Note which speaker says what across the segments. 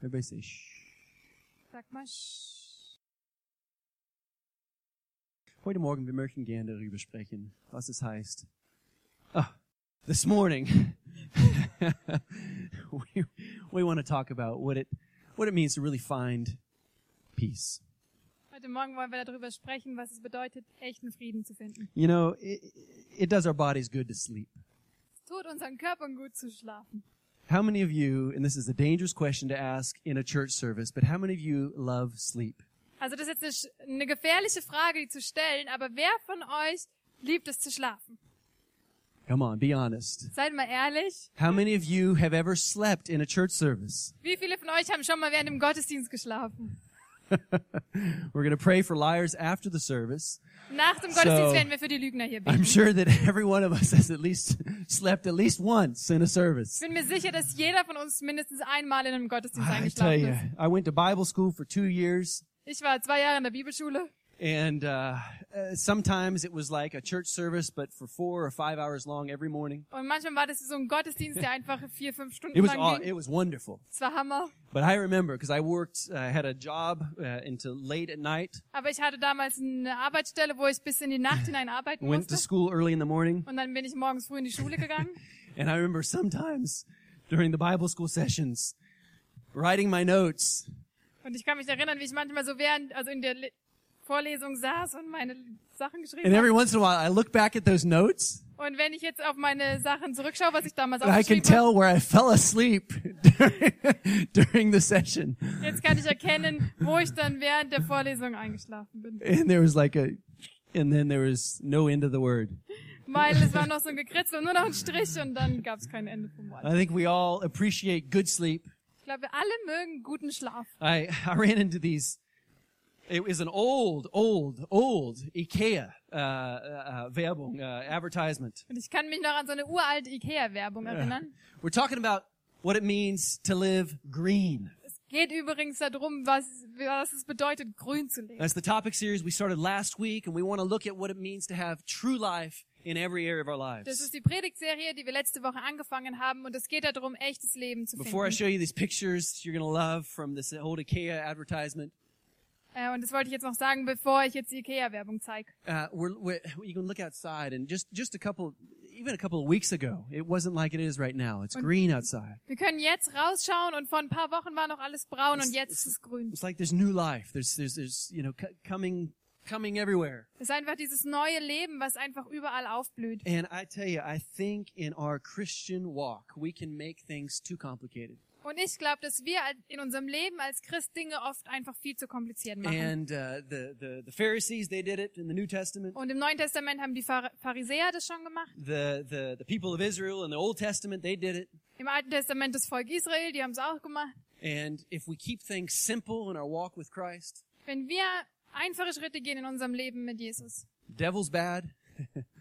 Speaker 1: Dann weiß ich.
Speaker 2: Sag mal, sch-
Speaker 1: Heute Morgen, wir möchten gerne darüber sprechen, was es heißt. Ah, this morning, we, we want to talk about what it, what it means to really find peace.
Speaker 2: heute Morgen wollen wir darüber sprechen, was es bedeutet, echten Frieden zu finden.
Speaker 1: You know, it, it does our bodies good to sleep.
Speaker 2: Es tut unseren Körpern gut zu schlafen.
Speaker 1: How many of you, and this is a dangerous question to ask in a church service, but how many of you love sleep?
Speaker 2: Also das ist jetzt eine, sch- eine gefährliche Frage, die zu stellen, aber wer von euch liebt es zu schlafen?
Speaker 1: Come on, be honest.
Speaker 2: Seid mal ehrlich.
Speaker 1: How many of you have ever slept in a church service?
Speaker 2: Wie viele von euch haben schon mal während dem Gottesdienst geschlafen?
Speaker 1: We're going to pray for liars after the service.
Speaker 2: Nach dem
Speaker 1: So-
Speaker 2: Gottesdienst werden wir für die Lügner hier beten.
Speaker 1: I'm sure that every one of us has at least slept at least once in a
Speaker 2: Ich
Speaker 1: service.
Speaker 2: bin mir sicher, dass jeder von uns mindestens einmal in einem Gottesdienst
Speaker 1: I tell
Speaker 2: eingeschlafen
Speaker 1: you,
Speaker 2: ist.
Speaker 1: I went to Bible school for two years,
Speaker 2: Ich war zwei Jahre in der Bibelschule.
Speaker 1: and uh, uh, sometimes it was like a church service, but for four or five hours long every morning.
Speaker 2: Und manchmal war das so ein Gottesdienst, der einfach vier, fünf Stunden
Speaker 1: It was aw-
Speaker 2: lang
Speaker 1: it
Speaker 2: ging.
Speaker 1: was wonderful.
Speaker 2: Es war Hammer.
Speaker 1: But I remember because I worked, uh, had a job uh, until late at night,
Speaker 2: Aber ich hatte damals eine Arbeitsstelle, wo ich bis in die Nacht hinein arbeiten
Speaker 1: went to
Speaker 2: musste.
Speaker 1: school early in the morning,
Speaker 2: Und dann bin ich morgens früh in die Schule gegangen.
Speaker 1: and I remember sometimes during the Bible school sessions, writing my notes
Speaker 2: Und ich kann mich erinnern, wie ich manchmal so während, also in der Le- Vorlesung saß und meine Sachen
Speaker 1: And
Speaker 2: geschrieben
Speaker 1: every
Speaker 2: habe.
Speaker 1: once in a while, I look back at those notes
Speaker 2: Und wenn ich jetzt auf meine Sachen zurückschaue, was ich damals
Speaker 1: and I can
Speaker 2: aufgeschrieben habe,
Speaker 1: tell where I fell asleep during, during the session.
Speaker 2: jetzt kann ich erkennen, wo ich dann während der Vorlesung eingeschlafen bin.
Speaker 1: And there was like a, and then there was no end of the word.
Speaker 2: Weil es war noch so ein Gekritzel, nur noch ein Strich und dann gab es kein Ende vom Wort.
Speaker 1: I think we all appreciate good sleep.
Speaker 2: Ich glaube, alle mögen guten Schlaf.
Speaker 1: I, I ran into these. It was an old, old, old IKEA uh, uh, Werbung, uh, advertisement.
Speaker 2: Und ich kann mich noch an so eine uralte Ikea-Werbung erinnern.
Speaker 1: We're talking about what it means to live green.
Speaker 2: Geht übrigens darum, was, was es bedeutet, grün zu leben.
Speaker 1: That's the topic series we started last week, and we want to look at what it means to have true life in every area of our
Speaker 2: Das
Speaker 1: lives.
Speaker 2: ist die Predigtserie, die wir letzte Woche angefangen haben und es geht darum, echtes Leben zu
Speaker 1: Before I
Speaker 2: finden.
Speaker 1: show you these pictures you're going to love from this old IKEA advertisement,
Speaker 2: Äh, und das wollte ich jetzt noch sagen, bevor ich jetzt die Ikea-Werbung zeige.
Speaker 1: uh, we're, we're, you can look outside, and just, just a couple, even a couple of weeks ago, it wasn't like it is right now. It's green outside.
Speaker 2: Wir können jetzt rausschauen und vor ein paar Wochen war noch alles braun und
Speaker 1: Es-
Speaker 2: jetzt
Speaker 1: es-
Speaker 2: ist es grün.
Speaker 1: It's like there's new life. There's, there's, there's you know, c- coming, coming everywhere.
Speaker 2: Es ist einfach dieses neue Leben, was einfach überall aufblüht.
Speaker 1: And I tell you, I think in our Christian walk, we can make things too complicated.
Speaker 2: Und ich glaube, dass wir als- in unserem Leben als Christ Dinge oft einfach viel zu kompliziert machen.
Speaker 1: And uh, the, the, the Pharisees, they did it in the New Testament.
Speaker 2: Und im Neuen Testament haben die Phar- Pharisäer das schon gemacht.
Speaker 1: the, the, the people of Israel in the Old Testament, they did it.
Speaker 2: Im Alten Testament das Volk Israel, die haben es auch gemacht.
Speaker 1: And if we keep things simple in our walk with Christ,
Speaker 2: Wenn wir einfache Schritte gehen in unserem Leben mit Jesus,
Speaker 1: devil's bad,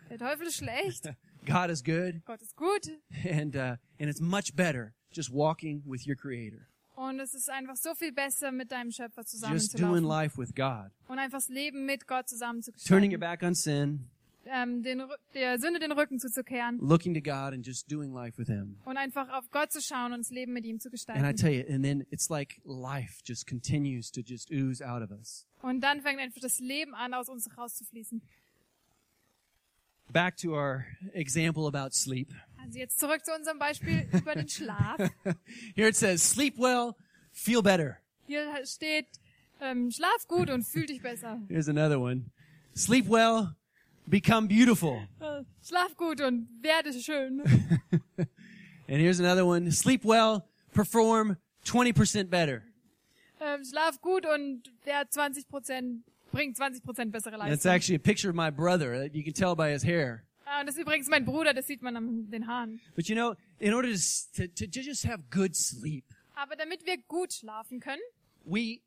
Speaker 2: der Teufel ist schlecht,
Speaker 1: God is good,
Speaker 2: Gott ist gut
Speaker 1: and, uh, and it's much better just walking with your Creator.
Speaker 2: und es ist einfach so viel besser, mit deinem Schöpfer
Speaker 1: Just doing
Speaker 2: zusammenzulaufen
Speaker 1: life with God.
Speaker 2: und einfach das Leben mit
Speaker 1: Turning your
Speaker 2: Gott zusammenzugestalten,
Speaker 1: back on sin,
Speaker 2: ähm, den, Rü- der Sünde den Rücken zuzukehren
Speaker 1: looking to God, and just doing life with Him.
Speaker 2: und einfach auf Gott zu schauen und das Leben mit ihm zu
Speaker 1: And I
Speaker 2: gestalten.
Speaker 1: tell you, and then it's like life just continues to just ooze out of us.
Speaker 2: Und dann fängt einfach das Leben an, aus uns rauszufließen.
Speaker 1: Back to our example about sleep.
Speaker 2: Also jetzt zurück zu unserem Beispiel über den Schlaf.
Speaker 1: Here it says, sleep well, feel better.
Speaker 2: Hier steht, ähm, schlaf gut und fühl dich besser.
Speaker 1: Here's another one. Sleep well, become beautiful.
Speaker 2: Äh, Schlaf gut und werde schön.
Speaker 1: And here's another one. Sleep well, perform 20% better.
Speaker 2: Ähm, schlaf gut und wer 20 Prozent bringt 20 Prozent bessere
Speaker 1: And It's
Speaker 2: Leistung.
Speaker 1: actually a picture of my brother. that You can tell by his hair.
Speaker 2: Ah, und das ist übrigens mein Bruder, das sieht man an den Haaren.
Speaker 1: But you know, in order to, s- to, to just have good sleep,
Speaker 2: Aber damit wir gut schlafen können,
Speaker 1: we,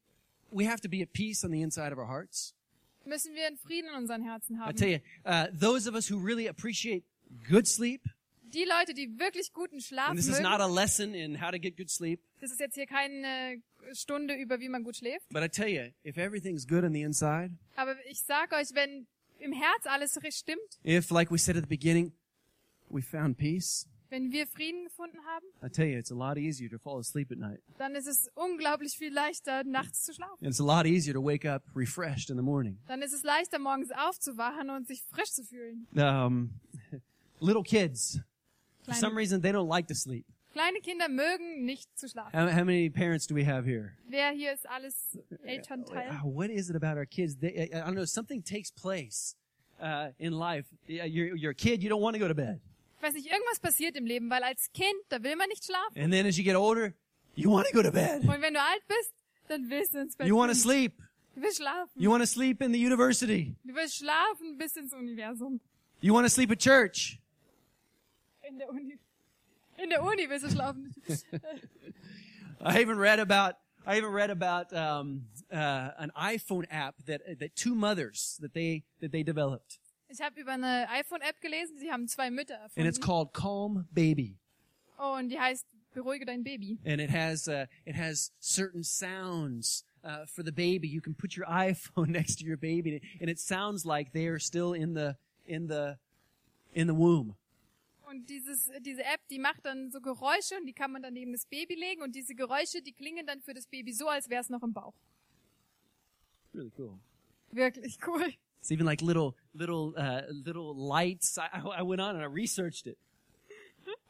Speaker 1: we have to be at peace on the inside of our hearts.
Speaker 2: müssen wir einen Frieden in unseren Herzen
Speaker 1: I
Speaker 2: haben.
Speaker 1: tell you, uh, those of us who really appreciate good sleep,
Speaker 2: Die Leute, die wirklich guten Schlaf
Speaker 1: and this is not
Speaker 2: mögen,
Speaker 1: a lesson in how to get good sleep,
Speaker 2: das ist jetzt hier keine Stunde über, wie man gut schläft.
Speaker 1: but I tell you, if everything's good on the inside,
Speaker 2: Aber ich sag euch, wenn im Herz alles richtig stimmt,
Speaker 1: if, like we said at the beginning, we found peace,
Speaker 2: Wenn wir Frieden gefunden haben,
Speaker 1: I tell you, it's a lot easier to fall asleep at night.
Speaker 2: dann ist es unglaublich viel leichter, nachts zu schlafen.
Speaker 1: And it's a lot easier to wake up refreshed in the morning.
Speaker 2: Dann ist es leichter, morgens aufzuwachen und sich frisch zu fühlen.
Speaker 1: Um, little kids, for
Speaker 2: Kleine-
Speaker 1: some reason, they don't like to sleep.
Speaker 2: Kleine Kinder mögen nicht zu schlafen.
Speaker 1: How, how many parents do we have here?
Speaker 2: Wer hier ist alles Elternteil?
Speaker 1: Ah, What is it about our kids? They, uh, I I don't know. Something takes place uh, in life. Yeah, You're, you're a kid, you don't want to go to bed.
Speaker 2: Ich weiß nicht, irgendwas passiert im Leben, weil als Kind, da will man nicht schlafen.
Speaker 1: And then as you get older, you want to go to bed.
Speaker 2: Und wenn du alt bist, dann willst du ins Bett.
Speaker 1: You want to
Speaker 2: gehen.
Speaker 1: sleep.
Speaker 2: Du willst schlafen.
Speaker 1: You want to sleep in the university.
Speaker 2: Du willst schlafen bis ins Universum.
Speaker 1: You want to sleep at church.
Speaker 2: In der Uni. In der Uni willst du schlafen.
Speaker 1: I even read about I even read about um, uh, an iPhone app that that two mothers that they that they developed,
Speaker 2: Ich habe über eine iPhone-App gelesen, sie haben zwei Mütter
Speaker 1: and it's
Speaker 2: erfunden.
Speaker 1: called Calm Baby,
Speaker 2: Und die heißt Beruhige dein Baby.
Speaker 1: and it has uh, it has certain sounds. Uh, for the baby, you can put your iPhone next to your baby, and it, and it sounds like they are still in the in the in the womb.
Speaker 2: Und dieses, diese App, die macht dann so Geräusche und die kann man dann neben das Baby legen und diese Geräusche, die klingen dann für das Baby so, als wäre es noch im Bauch.
Speaker 1: Really cool.
Speaker 2: Wirklich cool.
Speaker 1: It's even like little little uh, little lights. I, I went on and I researched it.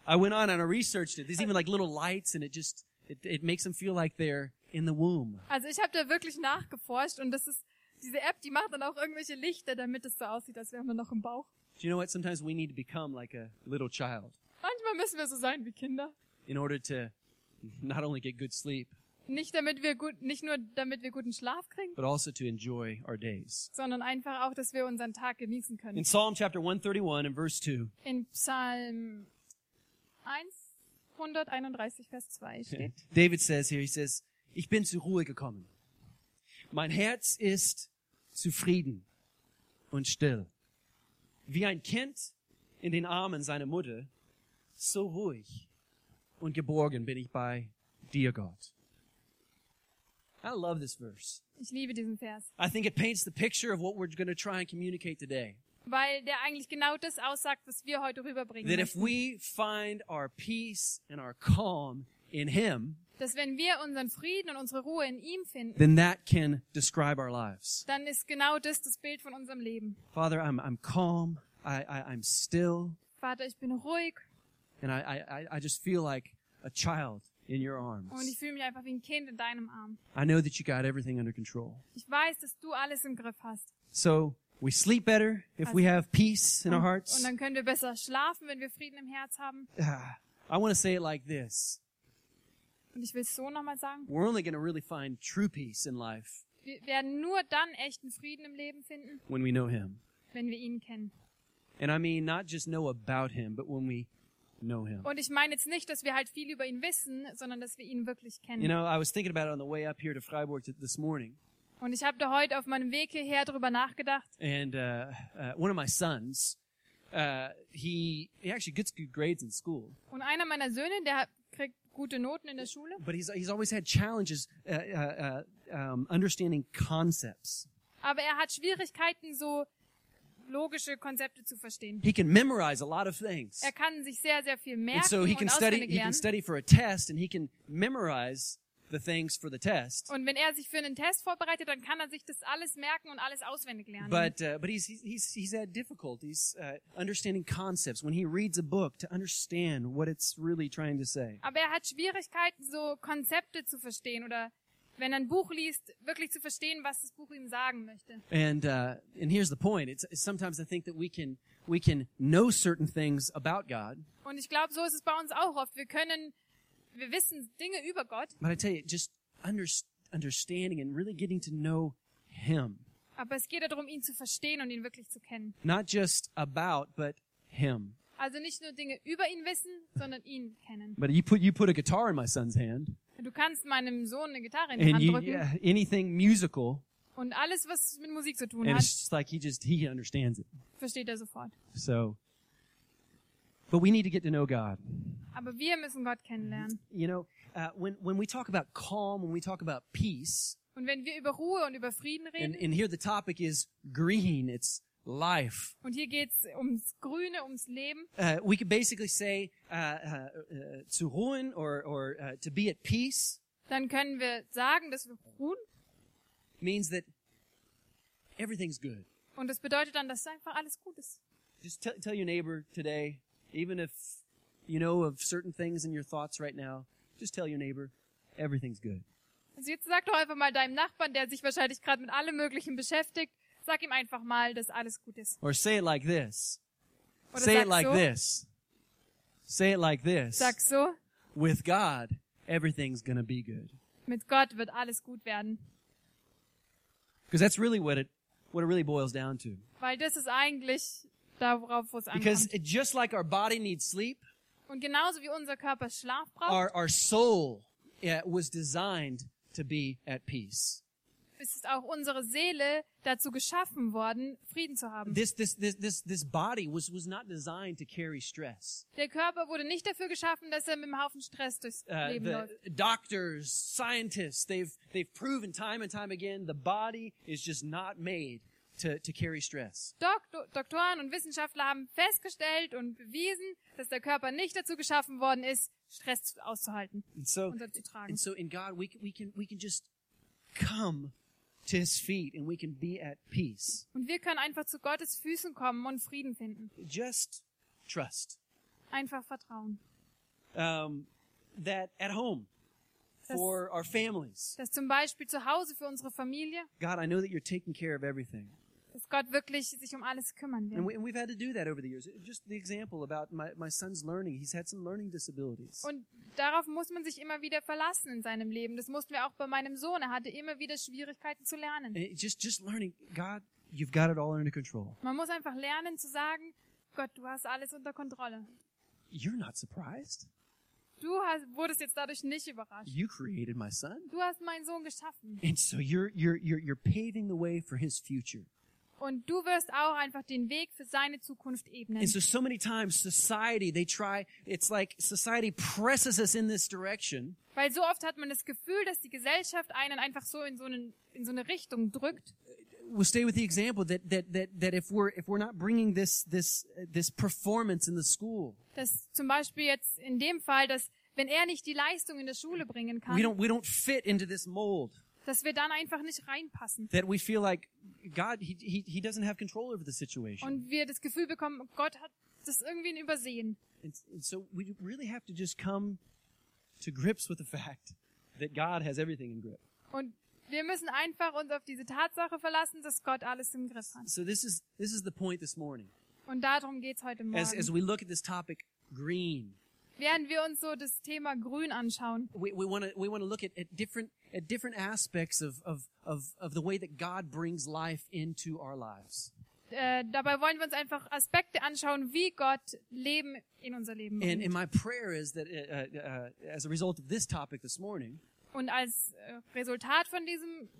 Speaker 1: I went on and I researched it. There's even like little lights, and it just it, it makes them feel like they're in the womb.
Speaker 2: Also ich habe da wirklich nachgeforscht und das ist, diese App, die macht dann auch irgendwelche Lichter, damit es so aussieht, als wären wir noch im Bauch.
Speaker 1: Do you know what? Sometimes we need to become like a little child
Speaker 2: Manchmal müssen wir so sein wie Kinder.
Speaker 1: in order to not only get good sleep
Speaker 2: Nicht damit wir gut, nicht nur damit wir guten Schlaf kriegen,
Speaker 1: but also to enjoy our days.
Speaker 2: sondern einfach auch, dass wir unseren Tag genießen können.
Speaker 1: In Psalm chapter 131 and verse 2,
Speaker 2: In Psalm 131, Vers 2 steht,
Speaker 1: David says here, he says, Ich bin zur Ruhe gekommen. Mein Herz ist zufrieden und still. Wie ein Kind in den Armen seiner Mutter, so ruhig und geborgen bin ich bei dir, Gott. I love this verse.
Speaker 2: ich liebe diesen Vers,
Speaker 1: I think it paints the picture of what we're going to try and communicate today.
Speaker 2: weil der eigentlich genau das aussagt, was wir heute rüberbringen.
Speaker 1: That if we
Speaker 2: Möchten.
Speaker 1: find our peace and our calm in Him,
Speaker 2: Dass wenn wir unseren Frieden und unsere Ruhe in ihm finden,
Speaker 1: then that can describe our lives.
Speaker 2: dann ist genau das das Bild von unserem Leben.
Speaker 1: Father, I'm, I'm calm. I, I, I'm still.
Speaker 2: Vater, ich bin ruhig
Speaker 1: And I, I, I- I just feel like a child in your
Speaker 2: und ich
Speaker 1: arms.
Speaker 2: fühle mich einfach wie ein Kind in deinem Arm.
Speaker 1: I know that you got everything under control.
Speaker 2: Ich weiß, dass du alles im Griff hast.
Speaker 1: So we sleep better if we have peace in our
Speaker 2: Und
Speaker 1: hearts.
Speaker 2: dann können wir besser schlafen, wenn wir Frieden im Herz haben.
Speaker 1: Ah, I want to say it like this.
Speaker 2: Und ich will es so nochmal sagen.
Speaker 1: We're only going to really find true peace in life
Speaker 2: Wir werden nur dann echten Frieden im Leben finden,
Speaker 1: when we know Him.
Speaker 2: wenn wir ihn kennen.
Speaker 1: And I mean, not just know about Him, but when we know Him.
Speaker 2: Und ich meine jetzt nicht, dass wir halt viel über ihn wissen, sondern dass wir ihn wirklich kennen.
Speaker 1: You know, I was thinking about it on the way up here to Freiburg t- this morning.
Speaker 2: Und ich habe da heute auf meinem Weg hierher drüber nachgedacht.
Speaker 1: and uh, uh, one of my sons, uh, he he actually gets good grades in school,
Speaker 2: Und einer meiner Söhne, der hat- kriegt gute Noten in der Schule,
Speaker 1: but he's he's always had challenges uh, uh, uh, um, understanding concepts.
Speaker 2: aber er hat Schwierigkeiten, so logische Konzepte zu verstehen.
Speaker 1: He can memorize a lot of things,
Speaker 2: Er kann sich sehr, sehr viel
Speaker 1: and
Speaker 2: merken
Speaker 1: so he can
Speaker 2: und
Speaker 1: study
Speaker 2: auswendig
Speaker 1: he can
Speaker 2: lernen.
Speaker 1: study for a test, and he can memorize the things for the test.
Speaker 2: Und wenn er sich für einen Test vorbereitet, dann kann er sich das alles merken und alles auswendig lernen.
Speaker 1: But uh, but he's he's he's had difficulties uh, understanding concepts when he reads a book to understand what it's really trying to say.
Speaker 2: aber er hat Schwierigkeiten, so Konzepte zu verstehen oder wenn er ein Buch liest, wirklich zu verstehen, was das Buch ihm sagen möchte.
Speaker 1: And uh, and here's the point: it's, it's sometimes I think that we can we can know certain things about God,
Speaker 2: Und ich glaube, so ist es bei uns auch oft. Wir können, wir wissen Dinge über Gott,
Speaker 1: but I tell you, just under, understanding and really getting to know Him,
Speaker 2: aber es geht darum, ihn zu verstehen und ihn wirklich zu kennen.
Speaker 1: not just about, but Him.
Speaker 2: Also nicht nur Dinge über ihn wissen, sondern ihn kennen.
Speaker 1: But you put you put a guitar in my son's hand,
Speaker 2: Du kannst meinem Sohn eine Gitarre in die
Speaker 1: and
Speaker 2: Hand
Speaker 1: you
Speaker 2: drücken
Speaker 1: yeah, anything musical,
Speaker 2: und alles, was mit Musik zu tun
Speaker 1: and
Speaker 2: hat,
Speaker 1: it's just like he just he understands it.
Speaker 2: versteht er sofort.
Speaker 1: So, but we need to get to know God.
Speaker 2: Aber wir müssen Gott kennenlernen.
Speaker 1: You know, uh, when when we talk about calm, when we talk about peace,
Speaker 2: Und wenn wir über Ruhe und über Frieden
Speaker 1: And,
Speaker 2: reden,
Speaker 1: and here the topic is green. It's life.
Speaker 2: Und hier geht's ums Grüne, ums Leben.
Speaker 1: Uh, we could basically say uh, uh, uh, to ruin or, or uh, to be at peace
Speaker 2: Dann können wir sagen, dass wir ruhen.
Speaker 1: means that everything's good.
Speaker 2: Und das bedeutet dann, dass einfach alles gut ist.
Speaker 1: Just tell tell your neighbor today, even if you know of certain things in your thoughts right now, just tell your neighbor everything's good.
Speaker 2: Also jetzt sag doch einfach mal deinem Nachbarn, der sich wahrscheinlich gerade mit allem Möglichen beschäftigt, sag ihm einfach mal, dass alles gut ist.
Speaker 1: Or say it like this.
Speaker 2: Oder
Speaker 1: Say it
Speaker 2: sag
Speaker 1: like
Speaker 2: so,
Speaker 1: this. Say it like this.
Speaker 2: sag so,
Speaker 1: With God, everything's going to be good.
Speaker 2: mit Gott wird alles gut werden.
Speaker 1: Because that's really what it what it really boils down to.
Speaker 2: Weil das ist eigentlich da, worauf wo es
Speaker 1: Because
Speaker 2: ankommt.
Speaker 1: it, just like our body needs sleep,
Speaker 2: Und genauso wie unser Körper Schlaf braucht,
Speaker 1: our our soul yeah, was designed to be at peace.
Speaker 2: ist auch unsere Seele dazu geschaffen worden, Frieden zu haben.
Speaker 1: This this this this this body was was not designed to carry stress.
Speaker 2: Der Körper wurde nicht dafür geschaffen, dass er mit einem Haufen Stress durchs
Speaker 1: Uh,
Speaker 2: Leben
Speaker 1: the
Speaker 2: läuft.
Speaker 1: doctors, scientists, they've they've proven time and time again the body is just not made to to carry stress.
Speaker 2: Doktor, Doktoren und Wissenschaftler haben festgestellt und bewiesen, dass der Körper nicht dazu geschaffen worden ist, Stress auszuhalten
Speaker 1: And so
Speaker 2: und zu tragen.
Speaker 1: and so in God we can, we can we can just come to his feet and we can be at peace.
Speaker 2: Und wir können einfach zu Gottes Füßen kommen und Frieden finden.
Speaker 1: Just trust.
Speaker 2: Einfach vertrauen.
Speaker 1: um, that at home
Speaker 2: Yes.
Speaker 1: for our families.
Speaker 2: Dass zum Beispiel zu Hause für unsere Familie,
Speaker 1: God, I know that you're taking care of everything.
Speaker 2: dass Gott wirklich sich um alles kümmern
Speaker 1: And,
Speaker 2: wird.
Speaker 1: we, and we've had to do that over the years. Just the example about my, my son's learning. He's had some learning disabilities.
Speaker 2: Und darauf muss man sich immer wieder verlassen in seinem Leben. Das mussten wir auch bei meinem Sohn. Er hatte immer wieder Schwierigkeiten zu lernen.
Speaker 1: And it just, just learning, God, you've got it all under control.
Speaker 2: Man muss einfach lernen zu sagen, Gott, du hast alles unter Kontrolle.
Speaker 1: You're not surprised.
Speaker 2: Du hast, wurdest jetzt dadurch nicht überrascht.
Speaker 1: You created my son.
Speaker 2: Du hast meinen Sohn geschaffen.
Speaker 1: And so you're, you're, you're, you're paving the way for his future.
Speaker 2: Und du wirst auch einfach den Weg für seine Zukunft ebnen.
Speaker 1: And so, so many times society, they try, it's like society presses us in this direction
Speaker 2: Weil so oft hat man das Gefühl, dass die Gesellschaft einen einfach so in so, einen, in so eine Richtung drückt.
Speaker 1: we'll stay with the example that that that that if we're if we're not bringing this this uh, this performance in the school,
Speaker 2: Dass zum Beispiel jetzt in dem Fall, dass wenn er nicht die Leistung in der Schule bringen
Speaker 1: we
Speaker 2: kann,
Speaker 1: don't we don't fit into this mold
Speaker 2: dass wir dann einfach nicht reinpassen.
Speaker 1: that we feel like God he he, he doesn't have control over the situation,
Speaker 2: Und wir das Gefühl bekommen, Gott hat das irgendwie übersehen.
Speaker 1: and, and so we really have to just come to grips with the fact that God has everything in grip.
Speaker 2: Und wir müssen einfach uns auf diese Tatsache verlassen, dass Gott alles im Griff hat.
Speaker 1: So this is this is the point this morning
Speaker 2: Und darum geht's heute
Speaker 1: as as we
Speaker 2: Morgen.
Speaker 1: look at this topic green.
Speaker 2: Während wir uns so das Thema Grün anschauen,
Speaker 1: We we want to we want to look at, at different at different aspects of, of of of the way that God brings life into our lives.
Speaker 2: äh, dabei wollen wir uns einfach Aspekte anschauen, wie Gott Leben in unser Leben
Speaker 1: And,
Speaker 2: bringt.
Speaker 1: and my prayer is that uh, uh, uh, as a result of this topic this morning,
Speaker 2: Und als äh, Resultat von diesem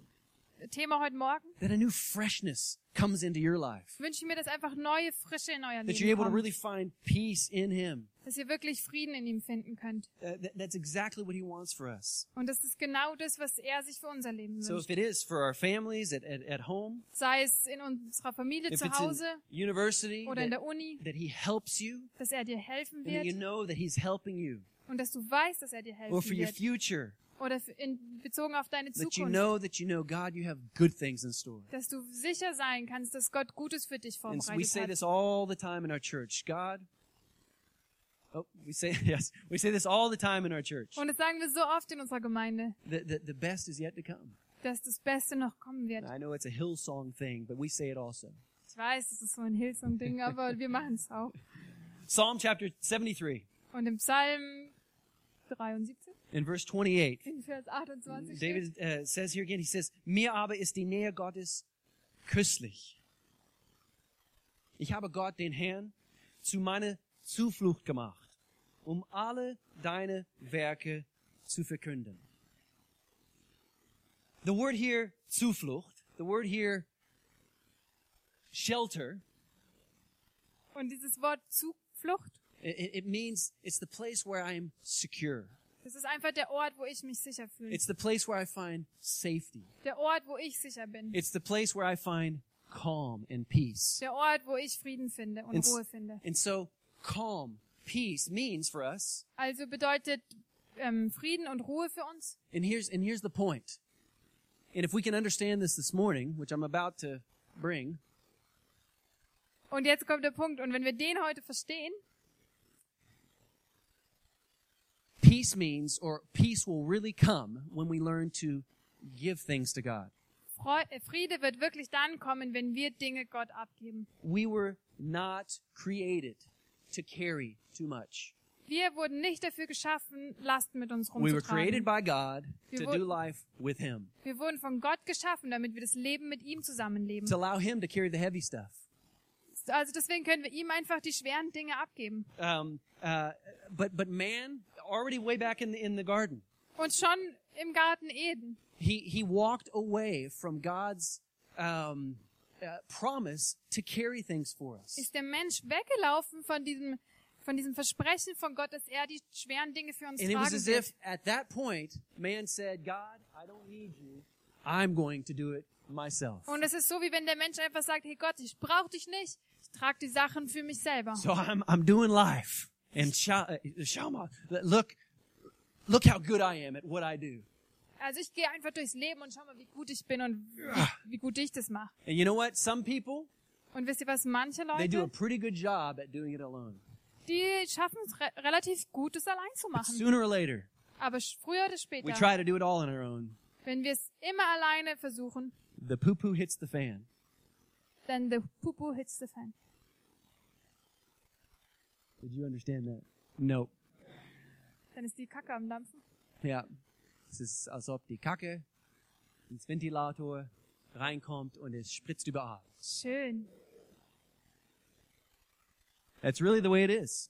Speaker 2: Thema heute Morgen
Speaker 1: that a new freshness comes into your life.
Speaker 2: wünsche ich mir, dass einfach neue Frische in euer
Speaker 1: That you're
Speaker 2: Leben
Speaker 1: able to
Speaker 2: kommt.
Speaker 1: really find peace in Him.
Speaker 2: dass ihr wirklich Frieden in ihm finden könnt.
Speaker 1: Uh, th- that's exactly what He wants for us.
Speaker 2: Und das ist genau das, was er sich für unser Leben
Speaker 1: So
Speaker 2: wünscht.
Speaker 1: if it is for our families at, at, at home,
Speaker 2: Sei es in unserer Familie
Speaker 1: if
Speaker 2: zu
Speaker 1: it's in
Speaker 2: Hause
Speaker 1: university,
Speaker 2: oder in
Speaker 1: that,
Speaker 2: der Uni,
Speaker 1: that He helps you
Speaker 2: dass er dir helfen
Speaker 1: and that you
Speaker 2: wird
Speaker 1: know that He's helping you.
Speaker 2: und dass du weißt, dass er dir
Speaker 1: Or
Speaker 2: helfen
Speaker 1: for your
Speaker 2: wird.
Speaker 1: future,
Speaker 2: Oder für- in, bezogen auf deine
Speaker 1: that you
Speaker 2: Zukunft,
Speaker 1: know that you know, God, you have good things in store.
Speaker 2: dass du sicher sein kannst, dass Gott Gutes für dich
Speaker 1: And so we
Speaker 2: vorbereitet
Speaker 1: say
Speaker 2: hat.
Speaker 1: this all the time in our church. God, oh, we say yes, we say this all the time in our church.
Speaker 2: Und das sagen wir so oft in unserer Gemeinde,
Speaker 1: The, the, the best is yet to come.
Speaker 2: dass das Beste noch kommen wird.
Speaker 1: And I know it's a Hillsong thing, but we say it also.
Speaker 2: Ich weiß, das ist so ein Hillsong-Ding, aber wir machen es auch.
Speaker 1: Psalm chapter 73
Speaker 2: Und im Psalm 73,
Speaker 1: in verse 28,
Speaker 2: in Vers 28 steht,
Speaker 1: David uh, says here again, he says, Mir aber ist die Nähe Gottes köstlich. Ich habe Gott, den Herrn, zu meiner Zuflucht gemacht, um alle deine Werke zu verkünden. The word here, Zuflucht, the word here, shelter,
Speaker 2: und dieses Wort Zuflucht,
Speaker 1: It, it- it means it's the place where I'm secure.
Speaker 2: das ist einfach der Ort, wo ich mich sicher fühle.
Speaker 1: It's the place where I find safety.
Speaker 2: Der Ort, wo ich sicher bin.
Speaker 1: It's the place where I find calm and peace.
Speaker 2: Der Ort, wo ich Frieden finde und
Speaker 1: Ins-
Speaker 2: Ruhe finde.
Speaker 1: And so calm, peace means for us,
Speaker 2: Also bedeutet ähm, Frieden und Ruhe für uns.
Speaker 1: and here's, and here's the point. And if we can understand this this morning, which I'm about to bring,
Speaker 2: Und jetzt kommt der Punkt. Und wenn wir den heute verstehen,
Speaker 1: peace means, or peace will really come when we learn to give things to God.
Speaker 2: Freu- äh, Friede wird wirklich dann kommen, wenn wir Dinge Gott abgeben.
Speaker 1: We were not created to carry too much.
Speaker 2: Wir wurden nicht dafür geschaffen, Lasten mit uns
Speaker 1: We were created
Speaker 2: rumzutragen.
Speaker 1: by God to
Speaker 2: Wir wurden-
Speaker 1: do life with Him,
Speaker 2: Wir wurden von Gott geschaffen, damit wir das Leben mit ihm zusammenleben.
Speaker 1: to allow Him to carry the heavy stuff.
Speaker 2: Also deswegen können wir ihm einfach die schweren Dinge abgeben.
Speaker 1: Um, uh, but but man, already way back in the, in the garden,
Speaker 2: Und schon im Garten Eden
Speaker 1: he he walked away from God's um, uh, promise to carry things for us.
Speaker 2: ist der Mensch weggelaufen von diesem, von diesem Versprechen von Gott, dass er die schweren Dinge für uns
Speaker 1: And it was
Speaker 2: tragen
Speaker 1: as
Speaker 2: wird.
Speaker 1: if at that point, man said, "God, I don't need you. I'm going to do it myself."
Speaker 2: Und es ist so, wie wenn der Mensch einfach sagt, hey Gott, ich brauche dich nicht, ich trage die Sachen für mich selber.
Speaker 1: So I'm I'm doing life, and Sha- uh, Shama, look, look how good I am at what I do.
Speaker 2: Also ich gehe einfach durchs Leben und schau mal, wie gut ich bin und wie, wie gut ich das mache.
Speaker 1: And you know what? Some people
Speaker 2: Und wisst ihr was, manche
Speaker 1: they do a
Speaker 2: Leute,
Speaker 1: pretty good job at doing it alone.
Speaker 2: die schaffen es re relativ gut, das allein zu machen.
Speaker 1: Sooner or later,
Speaker 2: Aber sch- früher oder
Speaker 1: we
Speaker 2: später,
Speaker 1: try to do it all on our own.
Speaker 2: wenn wir es immer alleine versuchen,
Speaker 1: The poo poo hits the fan.
Speaker 2: dann the Pupu hits the fan.
Speaker 1: Did you understand that? Nope.
Speaker 2: Dann ist die Kacke am Dampfen.
Speaker 1: Ja. Es ist, als ob die Kacke ins Ventilator reinkommt und es spritzt überall.
Speaker 2: Schön.
Speaker 1: That's really the way it is.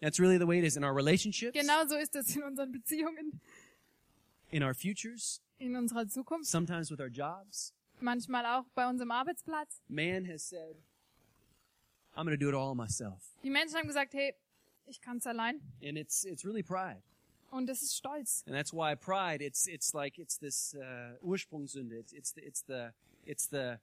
Speaker 1: That's really the way it is in our relationships,
Speaker 2: Genau so ist das in unseren Beziehungen,
Speaker 1: in our futures,
Speaker 2: in unserer Zukunft,
Speaker 1: sometimes with our jobs.
Speaker 2: manchmal auch bei unserem Arbeitsplatz.
Speaker 1: Man has said, I'm going to do it all myself.
Speaker 2: Die Menschen haben gesagt, hey, ich kann's allein.
Speaker 1: And it's, it's really pride.
Speaker 2: Und das ist Stolz.
Speaker 1: And that's why pride, it's, it's like, it's this, uh, Ursprungssünde. It's, it's the, it's the, it's the,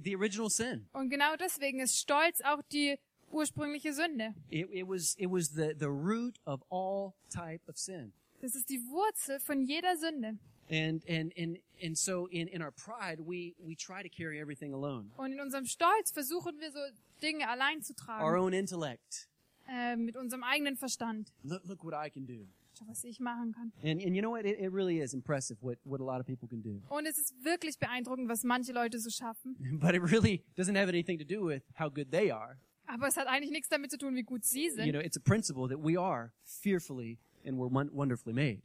Speaker 1: the original sin.
Speaker 2: Und genau deswegen ist Stolz auch die ursprüngliche Sünde.
Speaker 1: It, it was, it was the, the root of all type of sin.
Speaker 2: Das ist die Wurzel von jeder Sünde.
Speaker 1: And, and, and, and so in, in our pride, we, we try to carry everything alone.
Speaker 2: Und in unserem Stolz versuchen wir so Dinge allein zu
Speaker 1: Our
Speaker 2: tragen.
Speaker 1: own intellect.
Speaker 2: Äh, mit unserem eigenen Verstand.
Speaker 1: Look, look what I can do.
Speaker 2: Schau, was ich machen kann.
Speaker 1: And, and you know what? It, it really is impressive what, what a lot of people can do.
Speaker 2: Und es ist wirklich beeindruckend, was manche Leute so schaffen.
Speaker 1: But it really doesn't have anything to do with how good they are.
Speaker 2: Aber es hat eigentlich nichts damit zu tun, wie gut sie
Speaker 1: You know,
Speaker 2: sind.
Speaker 1: it's a principle that we are fearfully and we're won- wonderfully made.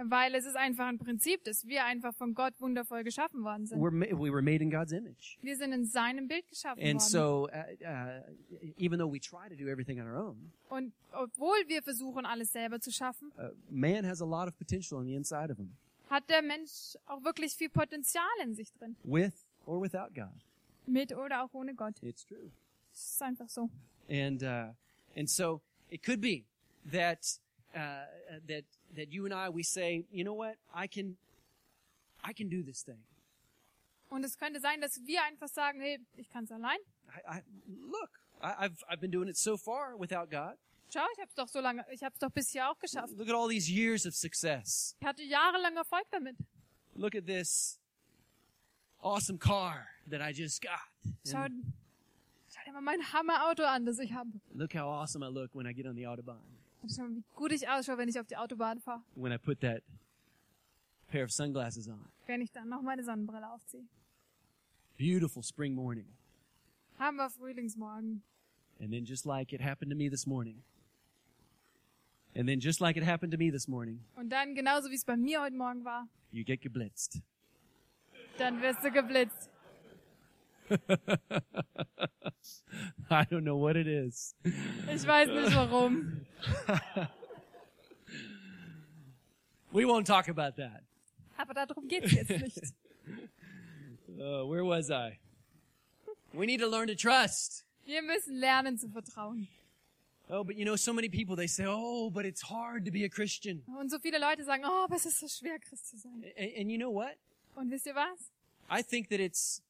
Speaker 2: Weil es ist einfach ein Prinzip, dass wir einfach von Gott wundervoll geschaffen worden sind.
Speaker 1: We're ma- we were made in God's image.
Speaker 2: Wir sind in seinem Bild geschaffen
Speaker 1: And
Speaker 2: worden.
Speaker 1: so, uh, uh, even though we try to do everything on our own,
Speaker 2: Und obwohl wir versuchen, alles selber zu schaffen,
Speaker 1: uh, man has a lot of potential on the inside of him,
Speaker 2: hat der Mensch auch wirklich viel Potenzial in sich drin.
Speaker 1: with or without God.
Speaker 2: Mit oder auch ohne Gott.
Speaker 1: It's true.
Speaker 2: Das ist einfach so.
Speaker 1: And uh, and so it could be that uh, uh, that that you and I we say, you know what, I can, I can do this thing.
Speaker 2: Und es könnte sein, dass wir einfach sagen, hey, ich kann's allein.
Speaker 1: I, I look, I, I've I've been doing it so far without God.
Speaker 2: Schau, ich hab's doch so lange, ich hab's doch bisher auch geschafft.
Speaker 1: Look at all these years of success.
Speaker 2: Ich hatte jahrelang Erfolg damit.
Speaker 1: Look at this awesome car that I just got.
Speaker 2: Schau,
Speaker 1: And
Speaker 2: schau dir mal mein Hammerauto an, das ich habe.
Speaker 1: look how awesome I look when I get on the autobahn.
Speaker 2: Und schau mal, wie gut ich ausschaue, wenn ich auf die Autobahn fahre,
Speaker 1: When I put that pair of sunglasses on.
Speaker 2: wenn ich dann noch meine Sonnenbrille aufziehe.
Speaker 1: Beautiful spring morning.
Speaker 2: Hammer Frühlingsmorgen.
Speaker 1: And then just like it happened to me this morning. And then just like it happened to me this morning,
Speaker 2: Und dann, genauso wie es bei mir heute Morgen war,
Speaker 1: you get geblitzed.
Speaker 2: dann wirst du geblitzt.
Speaker 1: I don't know what it is.
Speaker 2: Ich weiß nicht warum.
Speaker 1: We won't talk about that.
Speaker 2: Aber darum geht's jetzt nicht.
Speaker 1: Uh, where was I? We need to learn to trust.
Speaker 2: Wir müssen lernen zu vertrauen.
Speaker 1: Oh, but you know, so many people, they say, oh, but it's hard to be a Christian.
Speaker 2: Und so viele Leute sagen, oh, aber es ist so schwer, Christ zu sein.
Speaker 1: And, and you know what?
Speaker 2: Und wisst ihr was?
Speaker 1: I think that it's,